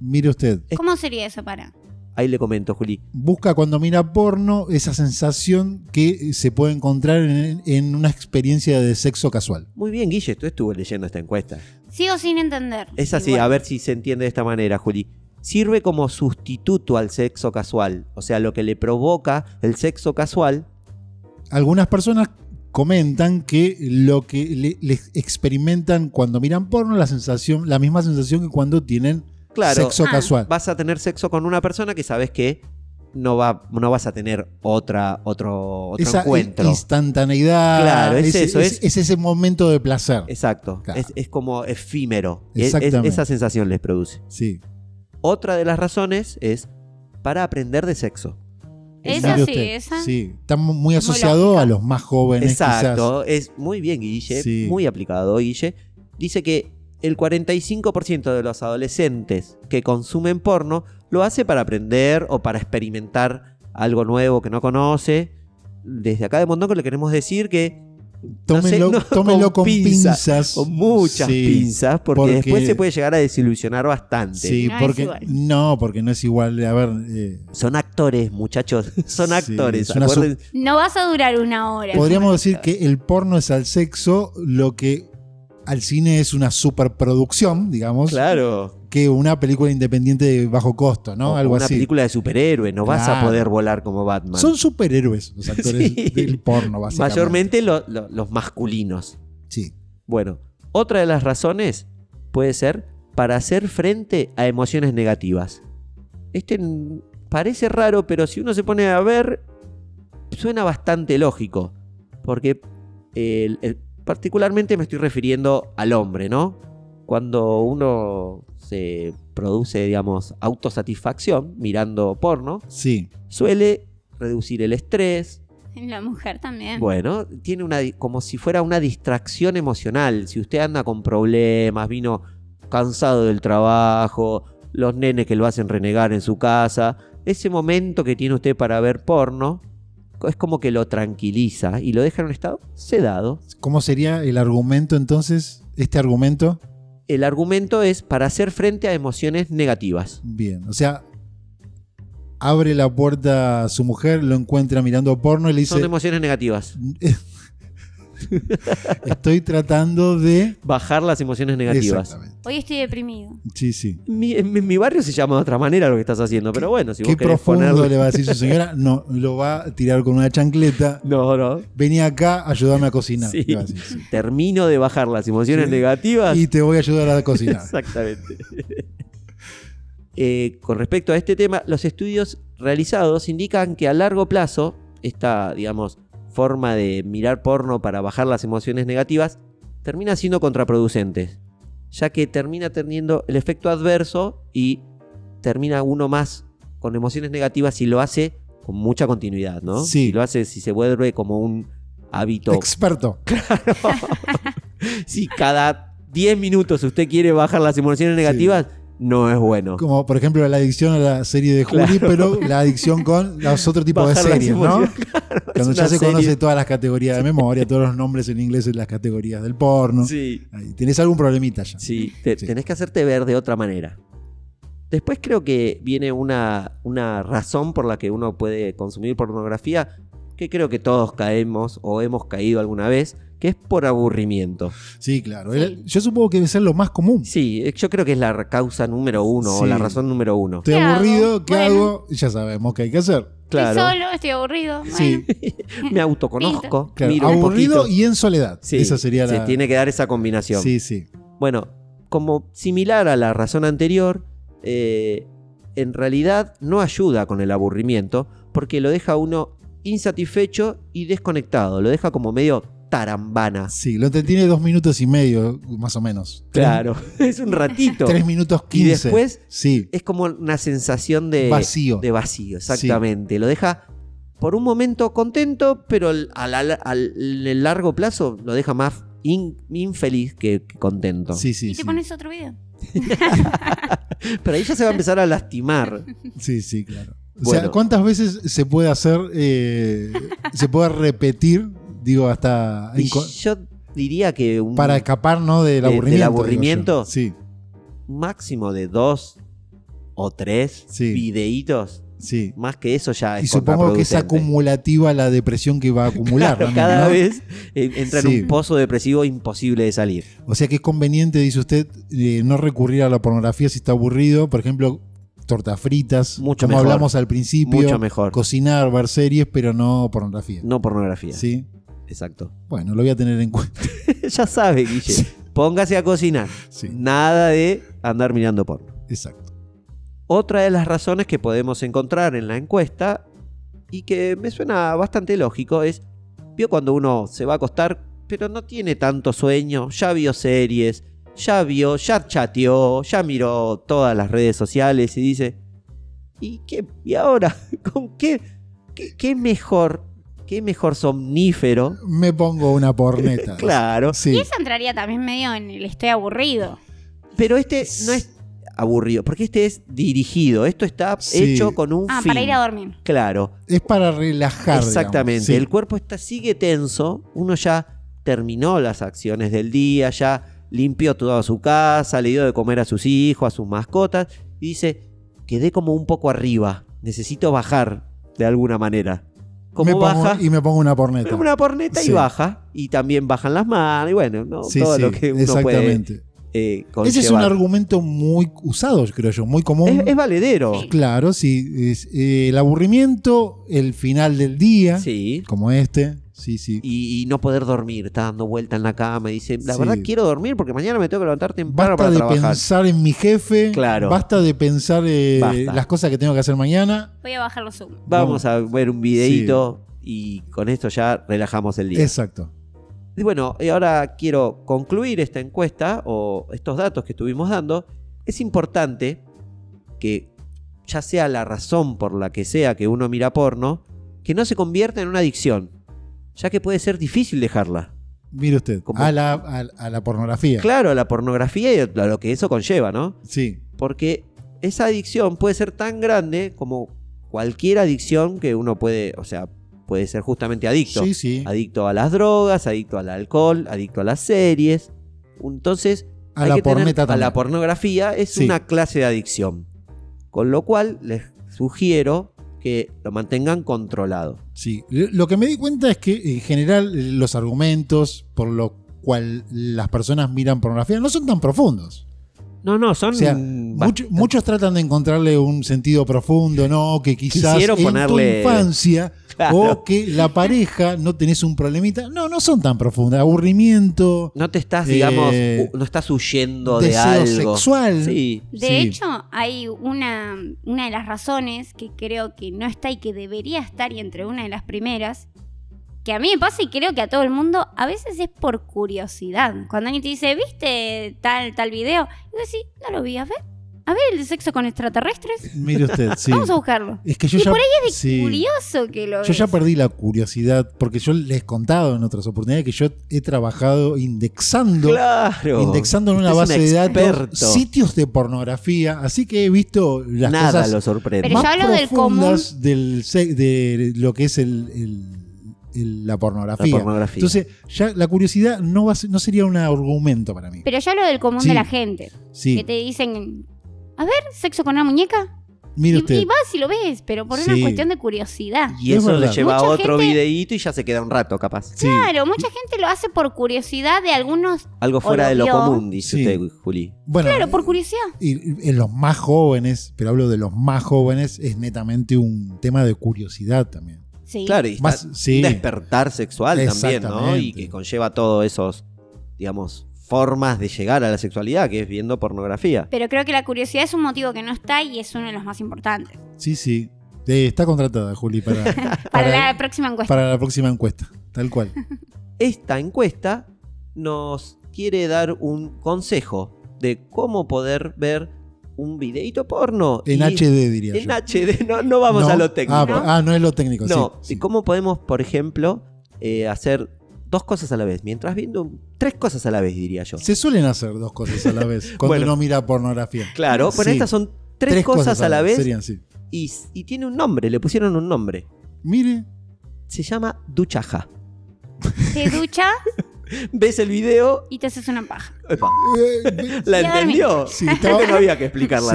Speaker 1: Mire usted,
Speaker 3: ¿Cómo sería eso para?
Speaker 2: Ahí le comento, Juli.
Speaker 1: busca cuando mira porno esa sensación que eh, se puede encontrar en, en una experiencia de sexo casual.
Speaker 2: Muy bien, Guille, tú estuvo leyendo esta encuesta.
Speaker 3: Sigo sin entender.
Speaker 2: Es así,
Speaker 3: Igual.
Speaker 2: a ver si se entiende de esta manera, Juli. Sirve como sustituto al sexo casual. O sea, lo que le provoca el sexo casual.
Speaker 1: Algunas personas comentan que lo que le- les experimentan cuando miran porno la sensación, la misma sensación que cuando tienen
Speaker 2: Claro,
Speaker 1: sexo
Speaker 3: Ah.
Speaker 1: casual.
Speaker 2: vas a tener sexo con una persona que sabes que no, va, no vas a tener otra, otro, otro
Speaker 1: Esa
Speaker 2: encuentro.
Speaker 1: instantaneidad,
Speaker 2: Claro, es
Speaker 1: ese-
Speaker 2: eso,
Speaker 1: es,
Speaker 2: es-
Speaker 1: es ese momento de placer.
Speaker 2: Exacto.
Speaker 1: Claro.
Speaker 2: Es, es como efímero. E-, Es- es-
Speaker 1: Exactamente.
Speaker 2: esa sensación les produce.
Speaker 1: Sí.
Speaker 2: Otra de las razones es para aprender de sexo.
Speaker 3: Esa
Speaker 1: Mire
Speaker 3: sí, esa.
Speaker 1: Sí, está muy asociado
Speaker 3: lógica.
Speaker 1: a los más jóvenes.
Speaker 2: Exacto. Es muy bien, Guille.
Speaker 1: Sí.
Speaker 2: Muy aplicado, Guille. Dice que el 45% de los adolescentes que consumen porno lo hace para aprender o para experimentar algo nuevo que no conoce. Desde acá de Mondongo le queremos decir que
Speaker 1: Quizás. Tómenlo,
Speaker 2: no,
Speaker 1: tómenlo
Speaker 2: con
Speaker 1: con,
Speaker 2: pinza,
Speaker 1: pinzas.
Speaker 2: con muchas
Speaker 1: Sí.
Speaker 2: pinzas, porque,
Speaker 1: porque-
Speaker 2: después se puede llegar a desilusionar bastante.
Speaker 1: Sí,
Speaker 3: No es
Speaker 1: porque
Speaker 3: igual.
Speaker 1: no, porque no es igual. A ver, eh,
Speaker 2: Son actores, muchachos. [laughs] Son
Speaker 1: Sí,
Speaker 2: actores.
Speaker 1: es una sub-
Speaker 2: acuérdense.
Speaker 3: No vas a durar una hora.
Speaker 1: podríamos decir que el porno es al sexo lo que al cine es una superproducción, digamos,
Speaker 2: Claro.
Speaker 1: que una película independiente de bajo costo, ¿no?
Speaker 2: O
Speaker 1: Algo
Speaker 2: una
Speaker 1: así.
Speaker 2: película de superhéroe, no vas a
Speaker 1: Claro.
Speaker 2: poder volar como Batman.
Speaker 1: Son superhéroes los actores
Speaker 2: [laughs] Sí.
Speaker 1: del porno, básicamente.
Speaker 2: Mayormente lo- lo- los masculinos.
Speaker 1: Sí.
Speaker 2: Bueno, otra de las razones puede ser para hacer frente a emociones negativas. Este n- parece raro, pero si uno se pone a ver, suena bastante lógico. Porque el- el- particularmente me estoy refiriendo al hombre, ¿no? Cuando uno se produce, digamos, autosatisfacción mirando porno,
Speaker 1: Sí.
Speaker 2: suele reducir el estrés,
Speaker 3: La mujer también.
Speaker 2: bueno, tiene una di- como si fuera una distracción emocional. Si usted anda con problemas, vino cansado del trabajo, los nenes que lo hacen renegar en su casa, ese momento que tiene usted para ver porno co- es como que lo tranquiliza y lo deja en un estado sedado.
Speaker 1: ¿Cómo sería el argumento entonces? Este argumento.
Speaker 2: El argumento es para hacer frente a emociones negativas.
Speaker 1: Bien. O sea, abre la puerta a su mujer, lo encuentra mirando porno y le
Speaker 2: Son
Speaker 1: dice:
Speaker 2: emociones negativas.
Speaker 1: [laughs] Estoy tratando de.
Speaker 2: Bajar las emociones negativas.
Speaker 1: Exactamente.
Speaker 3: Hoy estoy deprimido.
Speaker 1: Sí, sí.
Speaker 2: Mi- en, mi barrio se llama de otra manera lo que estás haciendo, pero bueno, si vos
Speaker 1: Qué
Speaker 2: querés
Speaker 1: profundo
Speaker 2: ponerlo...
Speaker 1: le va a decir su señora.
Speaker 2: [laughs]
Speaker 1: No, lo va a tirar con una chancleta.
Speaker 2: No, no.
Speaker 1: Vení acá a ayudarme a cocinar.
Speaker 2: Sí. Ah.
Speaker 1: le va a decir, sí.
Speaker 2: termino de bajar las emociones
Speaker 1: Sí.
Speaker 2: negativas.
Speaker 1: Y te voy a ayudar a
Speaker 2: [laughs]
Speaker 1: cocinar.
Speaker 2: Exactamente. Eh, con respecto a este tema, los estudios realizados indican que a largo plazo, esta, digamos, forma de mirar porno para bajar las emociones negativas, termina siendo contraproducente, ya que termina teniendo el efecto adverso y termina uno más con emociones negativas si lo hace con mucha continuidad, ¿no?
Speaker 1: Sí.
Speaker 2: Si lo hace, si se vuelve como un hábito
Speaker 1: Experto.
Speaker 2: si cada 10 minutos usted quiere bajar las emociones negativas, no es bueno.
Speaker 1: Como por ejemplo la adicción a la serie de Juli, pero la adicción con los otros tipos
Speaker 2: Bajar
Speaker 1: de
Speaker 2: las
Speaker 1: series, ¿no? [laughs]
Speaker 2: emociones,
Speaker 1: Cuando
Speaker 2: es
Speaker 1: ya
Speaker 2: una
Speaker 1: se
Speaker 2: serie.
Speaker 1: conoce todas las categorías de memoria, todos los nombres en inglés en las categorías del porno.
Speaker 2: Sí,
Speaker 1: Ahí, Tenés algún problemita ya.
Speaker 2: sí, te-
Speaker 1: Sí.
Speaker 2: tenés que hacerte ver de otra manera. Después creo que viene una, una razón por la que uno puede consumir pornografía, que creo que todos caemos o hemos caído alguna vez, que es por aburrimiento.
Speaker 1: Sí, claro.
Speaker 3: Sí.
Speaker 1: El- Yo supongo que debe ser lo más común.
Speaker 2: Sí, eh, yo creo que es la causa número uno o
Speaker 1: Sí.
Speaker 2: la razón número uno.
Speaker 1: Estoy
Speaker 3: ¿Qué hago?
Speaker 1: aburrido, ¿qué
Speaker 3: Bueno.
Speaker 1: hago? Ya sabemos qué hay que hacer.
Speaker 2: Claro,
Speaker 3: Estoy solo, estoy aburrido. Bueno,
Speaker 1: Sí,
Speaker 2: me autoconozco,
Speaker 1: claro.
Speaker 2: miro un
Speaker 1: Aburrido
Speaker 2: poquito.
Speaker 1: y en soledad.
Speaker 2: Sí,
Speaker 1: Esa sería la.
Speaker 2: Se tiene que dar esa combinación.
Speaker 1: Sí, sí.
Speaker 2: Bueno, como similar a la razón anterior, eh, en realidad no ayuda con el aburrimiento porque lo deja uno insatisfecho y desconectado, lo deja como medio tarambana.
Speaker 1: Sí, lo entretiene dos minutos y medio, más o menos. Tres-
Speaker 2: Claro, [laughs] es un ratito.
Speaker 1: Tres minutos
Speaker 2: Y
Speaker 1: quince.
Speaker 2: después
Speaker 1: Sí.
Speaker 2: es como una sensación de
Speaker 1: Vacío.
Speaker 2: de vacío, exactamente. Lo deja por un momento contento, pero al, al- al- en el largo plazo lo deja más in- infeliz que, que contento.
Speaker 1: Sí,
Speaker 3: Y
Speaker 1: sí,
Speaker 3: te
Speaker 1: sí.
Speaker 3: pones otro video.
Speaker 2: Pero ahí ya se va a empezar a lastimar.
Speaker 1: Sí, sí, claro. O sea,
Speaker 2: Bueno.
Speaker 1: ¿cuántas veces se puede hacer, eh, se puede repetir, digo, hasta
Speaker 2: Y
Speaker 1: inco-
Speaker 2: yo diría que un
Speaker 1: para escapar, ¿no? Del
Speaker 2: de- del
Speaker 1: aburrimiento. digo yo.
Speaker 2: aburrimiento.
Speaker 1: Sí,
Speaker 2: máximo de dos o tres
Speaker 1: Sí.
Speaker 2: videitos,
Speaker 1: sí.
Speaker 2: más que eso ya Ah, es
Speaker 1: Y supongo que es
Speaker 2: contraproducente.
Speaker 1: acumulativa la depresión que va a acumular. también,
Speaker 2: Cada
Speaker 1: ¿no?
Speaker 2: vez eh, entra
Speaker 1: Sí.
Speaker 2: en un pozo depresivo imposible de salir.
Speaker 1: O sea que es conveniente, dice usted, eh, no recurrir a la pornografía si está aburrido. Por ejemplo, tortas fritas,
Speaker 2: Mucho
Speaker 1: como
Speaker 2: mejor.
Speaker 1: hablamos al principio.
Speaker 2: Mucho mejor.
Speaker 1: Cocinar, ver series, pero no pornografía.
Speaker 2: No pornografía.
Speaker 1: Sí.
Speaker 2: Exacto. [laughs]
Speaker 1: Bueno, lo voy a tener en cuenta. [laughs]
Speaker 2: ya sabe, Guille. Póngase a cocinar.
Speaker 1: Sí,
Speaker 2: Nada de andar mirando porno.
Speaker 1: exacto.
Speaker 2: Otra de las razones que podemos encontrar en la encuesta y que me suena bastante lógico es, vio cuando uno se va a acostar, pero no tiene tanto sueño, ya vio series, ya vio, ya chateó, ya miró todas las redes sociales y dice, ¿y qué? ¿Y ahora? [laughs] ¿Con qué? ¿Qué, qué mejor? ¿Qué mejor somnífero?
Speaker 1: Me pongo una porneta.
Speaker 2: [laughs] Claro.
Speaker 1: Sí.
Speaker 3: Y eso entraría también medio en el estoy aburrido.
Speaker 2: Pero este no es aburrido, porque este es dirigido, esto está
Speaker 1: Sí.
Speaker 2: hecho con un
Speaker 3: Ah,
Speaker 2: fin.
Speaker 3: para ir a dormir.
Speaker 2: Claro.
Speaker 1: Es para relajar. digamos.
Speaker 2: Exactamente.
Speaker 1: Sí.
Speaker 2: El cuerpo está, sigue tenso. Uno ya terminó las acciones del día, ya limpió toda su casa, le dio de comer a sus hijos, a sus mascotas. Y dice, quedé como un poco arriba. Necesito bajar de alguna manera.
Speaker 1: Me
Speaker 2: Como
Speaker 1: pongo-
Speaker 2: baja,
Speaker 1: y me pongo una porneta.
Speaker 2: una porneta
Speaker 1: Sí.
Speaker 2: y baja. Y también bajan las manos. Y bueno, ¿no?
Speaker 1: Sí,
Speaker 2: todo
Speaker 1: sí,
Speaker 2: lo que uno puede
Speaker 1: exactamente.
Speaker 2: eh,
Speaker 1: Ese es un
Speaker 2: conllevar.
Speaker 1: argumento muy usado, creo yo, muy común.
Speaker 2: Es, es valedero.
Speaker 3: Sí.
Speaker 1: Claro, sí. es, eh, el aburrimiento, el final del día,
Speaker 2: Sí.
Speaker 1: como este. Sí, sí.
Speaker 2: Y, y no poder dormir, está dando vuelta en la cama y dice, la
Speaker 1: Sí.
Speaker 2: verdad quiero dormir porque mañana me tengo que levantar temprano
Speaker 1: Basta
Speaker 2: para
Speaker 1: de
Speaker 2: trabajar.
Speaker 1: pensar en mi jefe.
Speaker 2: Claro.
Speaker 1: Basta de pensar eh,
Speaker 2: Basta.
Speaker 1: las cosas que tengo que hacer mañana.
Speaker 3: Voy a bajar los zoom.
Speaker 2: Vamos a ver un videito y con esto ya relajamos el día.
Speaker 1: Exacto.
Speaker 2: Y bueno, y ahora quiero concluir esta encuesta o estos datos que estuvimos dando. Es importante que, ya sea la razón por la que sea que uno mira porno, que no se convierta en una adicción, ya que puede ser difícil dejarla.
Speaker 1: Mire usted.
Speaker 2: Como-
Speaker 1: A la, a, a la pornografía.
Speaker 2: Claro, a la pornografía y a lo que eso conlleva, ¿no?
Speaker 1: Sí.
Speaker 2: Porque esa adicción puede ser tan grande como cualquier adicción que uno puede, o sea, puede ser justamente adicto.
Speaker 1: Sí, sí.
Speaker 2: adicto a las drogas, adicto al alcohol, adicto a las series. Entonces,
Speaker 1: A
Speaker 2: hay
Speaker 1: la
Speaker 2: que tener-
Speaker 1: porneta
Speaker 2: a
Speaker 1: también.
Speaker 2: la pornografía es
Speaker 1: Sí.
Speaker 2: una clase de adicción. Con lo cual, les sugiero que lo mantengan controlado.
Speaker 1: Sí, lo que me di cuenta es que en general los argumentos por lo cual las personas miran pornografía no son tan profundos.
Speaker 2: No, no,
Speaker 1: O
Speaker 2: son.
Speaker 1: sea,
Speaker 2: [laughs] bast-
Speaker 1: Mucho- muchos tratan de encontrarle un sentido profundo, ¿no? Que quizás
Speaker 2: Quisieron
Speaker 1: en
Speaker 2: ponerle-
Speaker 1: tu infancia
Speaker 2: Claro.
Speaker 1: o que la pareja no tenés un problemita. No, no son tan profundas. Aburrimiento,
Speaker 2: No te estás, digamos,
Speaker 1: Eh,
Speaker 2: u- no estás huyendo de
Speaker 1: deseo
Speaker 2: algo.
Speaker 1: sexual.
Speaker 2: Sí.
Speaker 3: De
Speaker 1: Sí.
Speaker 3: hecho, hay una, una de las razones que creo que no está y que debería estar, y entre una de las primeras, que a mí me pasa y creo que a todo el mundo, a veces es por curiosidad. Cuando alguien te dice, ¿viste tal, tal video? Y vos decís, no lo vi, a ver. A ver, el de sexo con extraterrestres.
Speaker 1: Mire
Speaker 3: [laughs]
Speaker 1: usted, sí.
Speaker 3: Vamos a buscarlo.
Speaker 1: Es que yo
Speaker 3: Y
Speaker 1: ya,
Speaker 3: por
Speaker 1: sí.
Speaker 3: Curioso que lo
Speaker 1: Yo ya
Speaker 3: ves.
Speaker 1: perdí la curiosidad porque yo les he contado en otras oportunidades que yo he trabajado indexando
Speaker 2: Claro.
Speaker 1: indexando en una
Speaker 2: Usted es
Speaker 1: base
Speaker 2: un
Speaker 1: de datos
Speaker 2: experto.
Speaker 1: sitios de pornografía, así que he visto las
Speaker 2: Nada
Speaker 1: cosas
Speaker 2: lo sorprende.
Speaker 3: Pero
Speaker 1: más
Speaker 3: yo hablo del
Speaker 1: profundas del se- de lo que es el- el- el- la,
Speaker 2: la
Speaker 1: pornografía.
Speaker 2: pornografía.
Speaker 1: Entonces, ya la curiosidad no, va a ser- no sería un argumento para mí.
Speaker 3: Pero ya lo del común
Speaker 1: Sí.
Speaker 3: de la gente.
Speaker 1: Sí,
Speaker 3: Que te dicen, a ver, sexo con una muñeca. Y,
Speaker 1: mire usted.
Speaker 3: y vas y lo ves, pero por una
Speaker 1: Sí.
Speaker 3: cuestión de curiosidad.
Speaker 2: y
Speaker 1: es
Speaker 2: eso le
Speaker 1: verdad.
Speaker 2: lleva a
Speaker 3: Mucha
Speaker 2: otro
Speaker 3: gente-
Speaker 2: videíto y ya se queda un rato, capaz.
Speaker 1: Sí,
Speaker 3: Claro, mucha gente lo hace por curiosidad de algunos.
Speaker 2: Algo
Speaker 3: O
Speaker 2: fuera
Speaker 3: lo
Speaker 2: de lo
Speaker 3: vio.
Speaker 2: común, dice
Speaker 1: Sí.
Speaker 2: usted, Juli.
Speaker 1: Bueno,
Speaker 3: Claro, por curiosidad.
Speaker 1: y- y en los más jóvenes, pero hablo de los más jóvenes, es netamente un tema de curiosidad también.
Speaker 3: Sí.
Speaker 2: Claro, y está
Speaker 1: Más- sí.
Speaker 2: un despertar sexual también, ¿no? Y
Speaker 1: Exactamente.
Speaker 2: que conlleva todos esos, digamos, formas de llegar a la sexualidad, que es viendo pornografía.
Speaker 3: Pero creo que la curiosidad es un motivo que no está y es uno de los más importantes.
Speaker 1: Sí, sí. Eh, está contratada, Juli,
Speaker 3: [laughs]
Speaker 1: para,
Speaker 3: Para,
Speaker 1: Para-
Speaker 3: la próxima encuesta.
Speaker 1: para la próxima encuesta. Tal cual.
Speaker 2: Esta encuesta nos quiere dar un consejo de cómo poder ver un videito porno.
Speaker 1: En
Speaker 2: y-
Speaker 1: HD, diría
Speaker 2: En
Speaker 1: yo.
Speaker 2: HD, no, no vamos
Speaker 1: No.
Speaker 2: a lo técnico.
Speaker 1: Ah, ah, no es lo técnico, sí,
Speaker 2: no,
Speaker 1: sí.
Speaker 2: ¿y cómo podemos, por ejemplo, eh, hacer dos cosas a la vez? Mientras viendo, un- tres cosas a la vez, diría yo.
Speaker 1: Se suelen hacer dos cosas a la vez cuando
Speaker 2: Bueno.
Speaker 1: uno mira pornografía.
Speaker 2: Claro, pero
Speaker 1: Sí.
Speaker 2: estas son tres, cosas, a la vez
Speaker 1: Serían, sí.
Speaker 2: y, y tiene un nombre, le pusieron un nombre.
Speaker 1: Mire,
Speaker 2: Se llama duchaja. [laughs]
Speaker 3: Te ducha
Speaker 2: Ves el video.
Speaker 3: y te haces una
Speaker 2: [laughs]
Speaker 3: paja.
Speaker 2: Epa,
Speaker 1: eh,
Speaker 2: ¿La
Speaker 3: Ya
Speaker 2: entendió? [laughs]
Speaker 1: Sí,
Speaker 2: Creo
Speaker 1: estaba,
Speaker 2: que no había que explicarla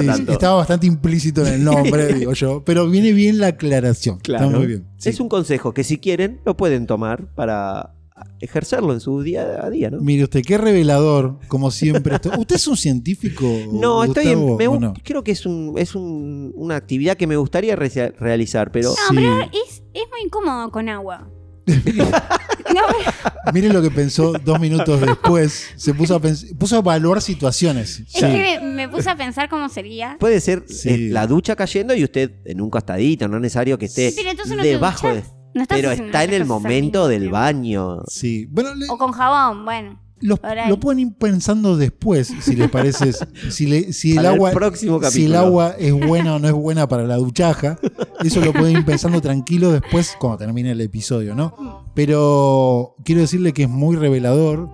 Speaker 1: [laughs] sí,
Speaker 2: tanto.
Speaker 1: estaba bastante implícito en el nombre,
Speaker 2: [laughs]
Speaker 1: digo yo, pero viene bien la aclaración.
Speaker 2: Claro.
Speaker 1: Está muy bien. sí.
Speaker 2: Es un consejo que si quieren lo pueden tomar para ejercerlo en su día a día, ¿no?
Speaker 1: Mire usted, qué revelador, como siempre. esto. ¿Usted es un científico?
Speaker 2: No, estoy en-
Speaker 1: Gustavo,
Speaker 2: me
Speaker 1: o
Speaker 2: gu-
Speaker 1: no?
Speaker 2: creo que es un es un- una actividad que me gustaría re- realizar, pero
Speaker 1: Sí.
Speaker 3: Es, es muy incómodo
Speaker 2: [laughs]
Speaker 3: con agua. No, pero
Speaker 1: Mire lo que pensó dos minutos después. Se puso a, pens- puso a evaluar situaciones.
Speaker 3: es
Speaker 1: Sí.
Speaker 3: que me, me puse a pensar cómo sería.
Speaker 2: puede ser
Speaker 1: Sí.
Speaker 2: eh, la ducha cayendo y usted en un costadito, no es necesario que esté
Speaker 3: Pero entonces no te
Speaker 2: debajo de,
Speaker 3: duchás. No estás
Speaker 2: pero
Speaker 3: haciendo
Speaker 2: está en
Speaker 3: una
Speaker 2: el
Speaker 3: cosa
Speaker 2: momento
Speaker 3: así.
Speaker 2: del baño.
Speaker 1: Sí. Bueno, le-
Speaker 3: O con jabón, bueno.
Speaker 1: Los-
Speaker 3: Oral.
Speaker 1: lo pueden ir pensando después, si les parece. si, le- si el
Speaker 2: Para el
Speaker 1: agua,
Speaker 2: próximo
Speaker 1: si el
Speaker 2: capítulo.
Speaker 1: agua es buena o no es buena para la duchaja, eso lo pueden ir pensando tranquilo después cuando termine el episodio, ¿no? Pero quiero decirle que es muy revelador.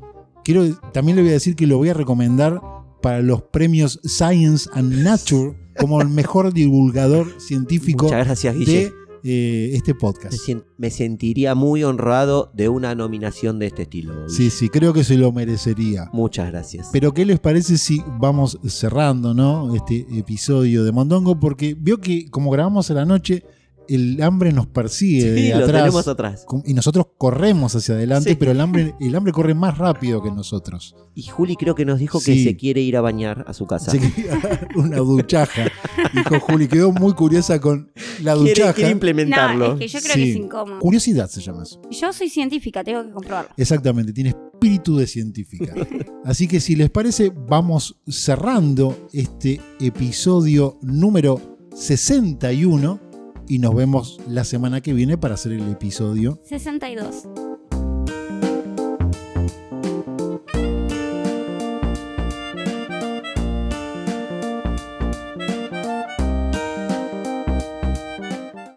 Speaker 1: Quiero, también le voy a decir que lo voy a recomendar para los premios Science and Nature como el mejor divulgador científico
Speaker 2: Muchas gracias, Guille.
Speaker 1: de eh, este podcast.
Speaker 2: Me, sien- me sentiría muy honrado de una nominación de este estilo.
Speaker 1: Sí, sí, creo que se lo merecería.
Speaker 2: Muchas gracias.
Speaker 1: Pero ¿qué les parece si vamos cerrando, ¿no? Este episodio de Mondongo, porque vio que como grabamos a la noche, el hambre nos persigue
Speaker 2: Sí,
Speaker 1: de
Speaker 2: lo tenemos
Speaker 1: eh, atrás
Speaker 2: atrás.
Speaker 1: com- y nosotros corremos hacia adelante,
Speaker 2: Sí.
Speaker 1: pero el hambre, el hambre corre más rápido que nosotros.
Speaker 2: Y Juli creo que nos dijo
Speaker 1: Sí.
Speaker 2: que se quiere ir a bañar a su casa.
Speaker 1: Se quería dar [laughs] una duchaja. Dijo Juli, quedó muy curiosa con la
Speaker 2: Quiere,
Speaker 1: duchaja.
Speaker 2: quiere implementarlo.
Speaker 3: No, es que yo creo
Speaker 1: Sí.
Speaker 3: que es incómodo.
Speaker 1: Curiosidad se llama eso.
Speaker 3: Yo soy científica, tengo que comprobarlo.
Speaker 1: Exactamente, tiene espíritu de científica. Así que si les parece, vamos cerrando este episodio número 61 y nos vemos la semana que viene para hacer el episodio
Speaker 3: 62.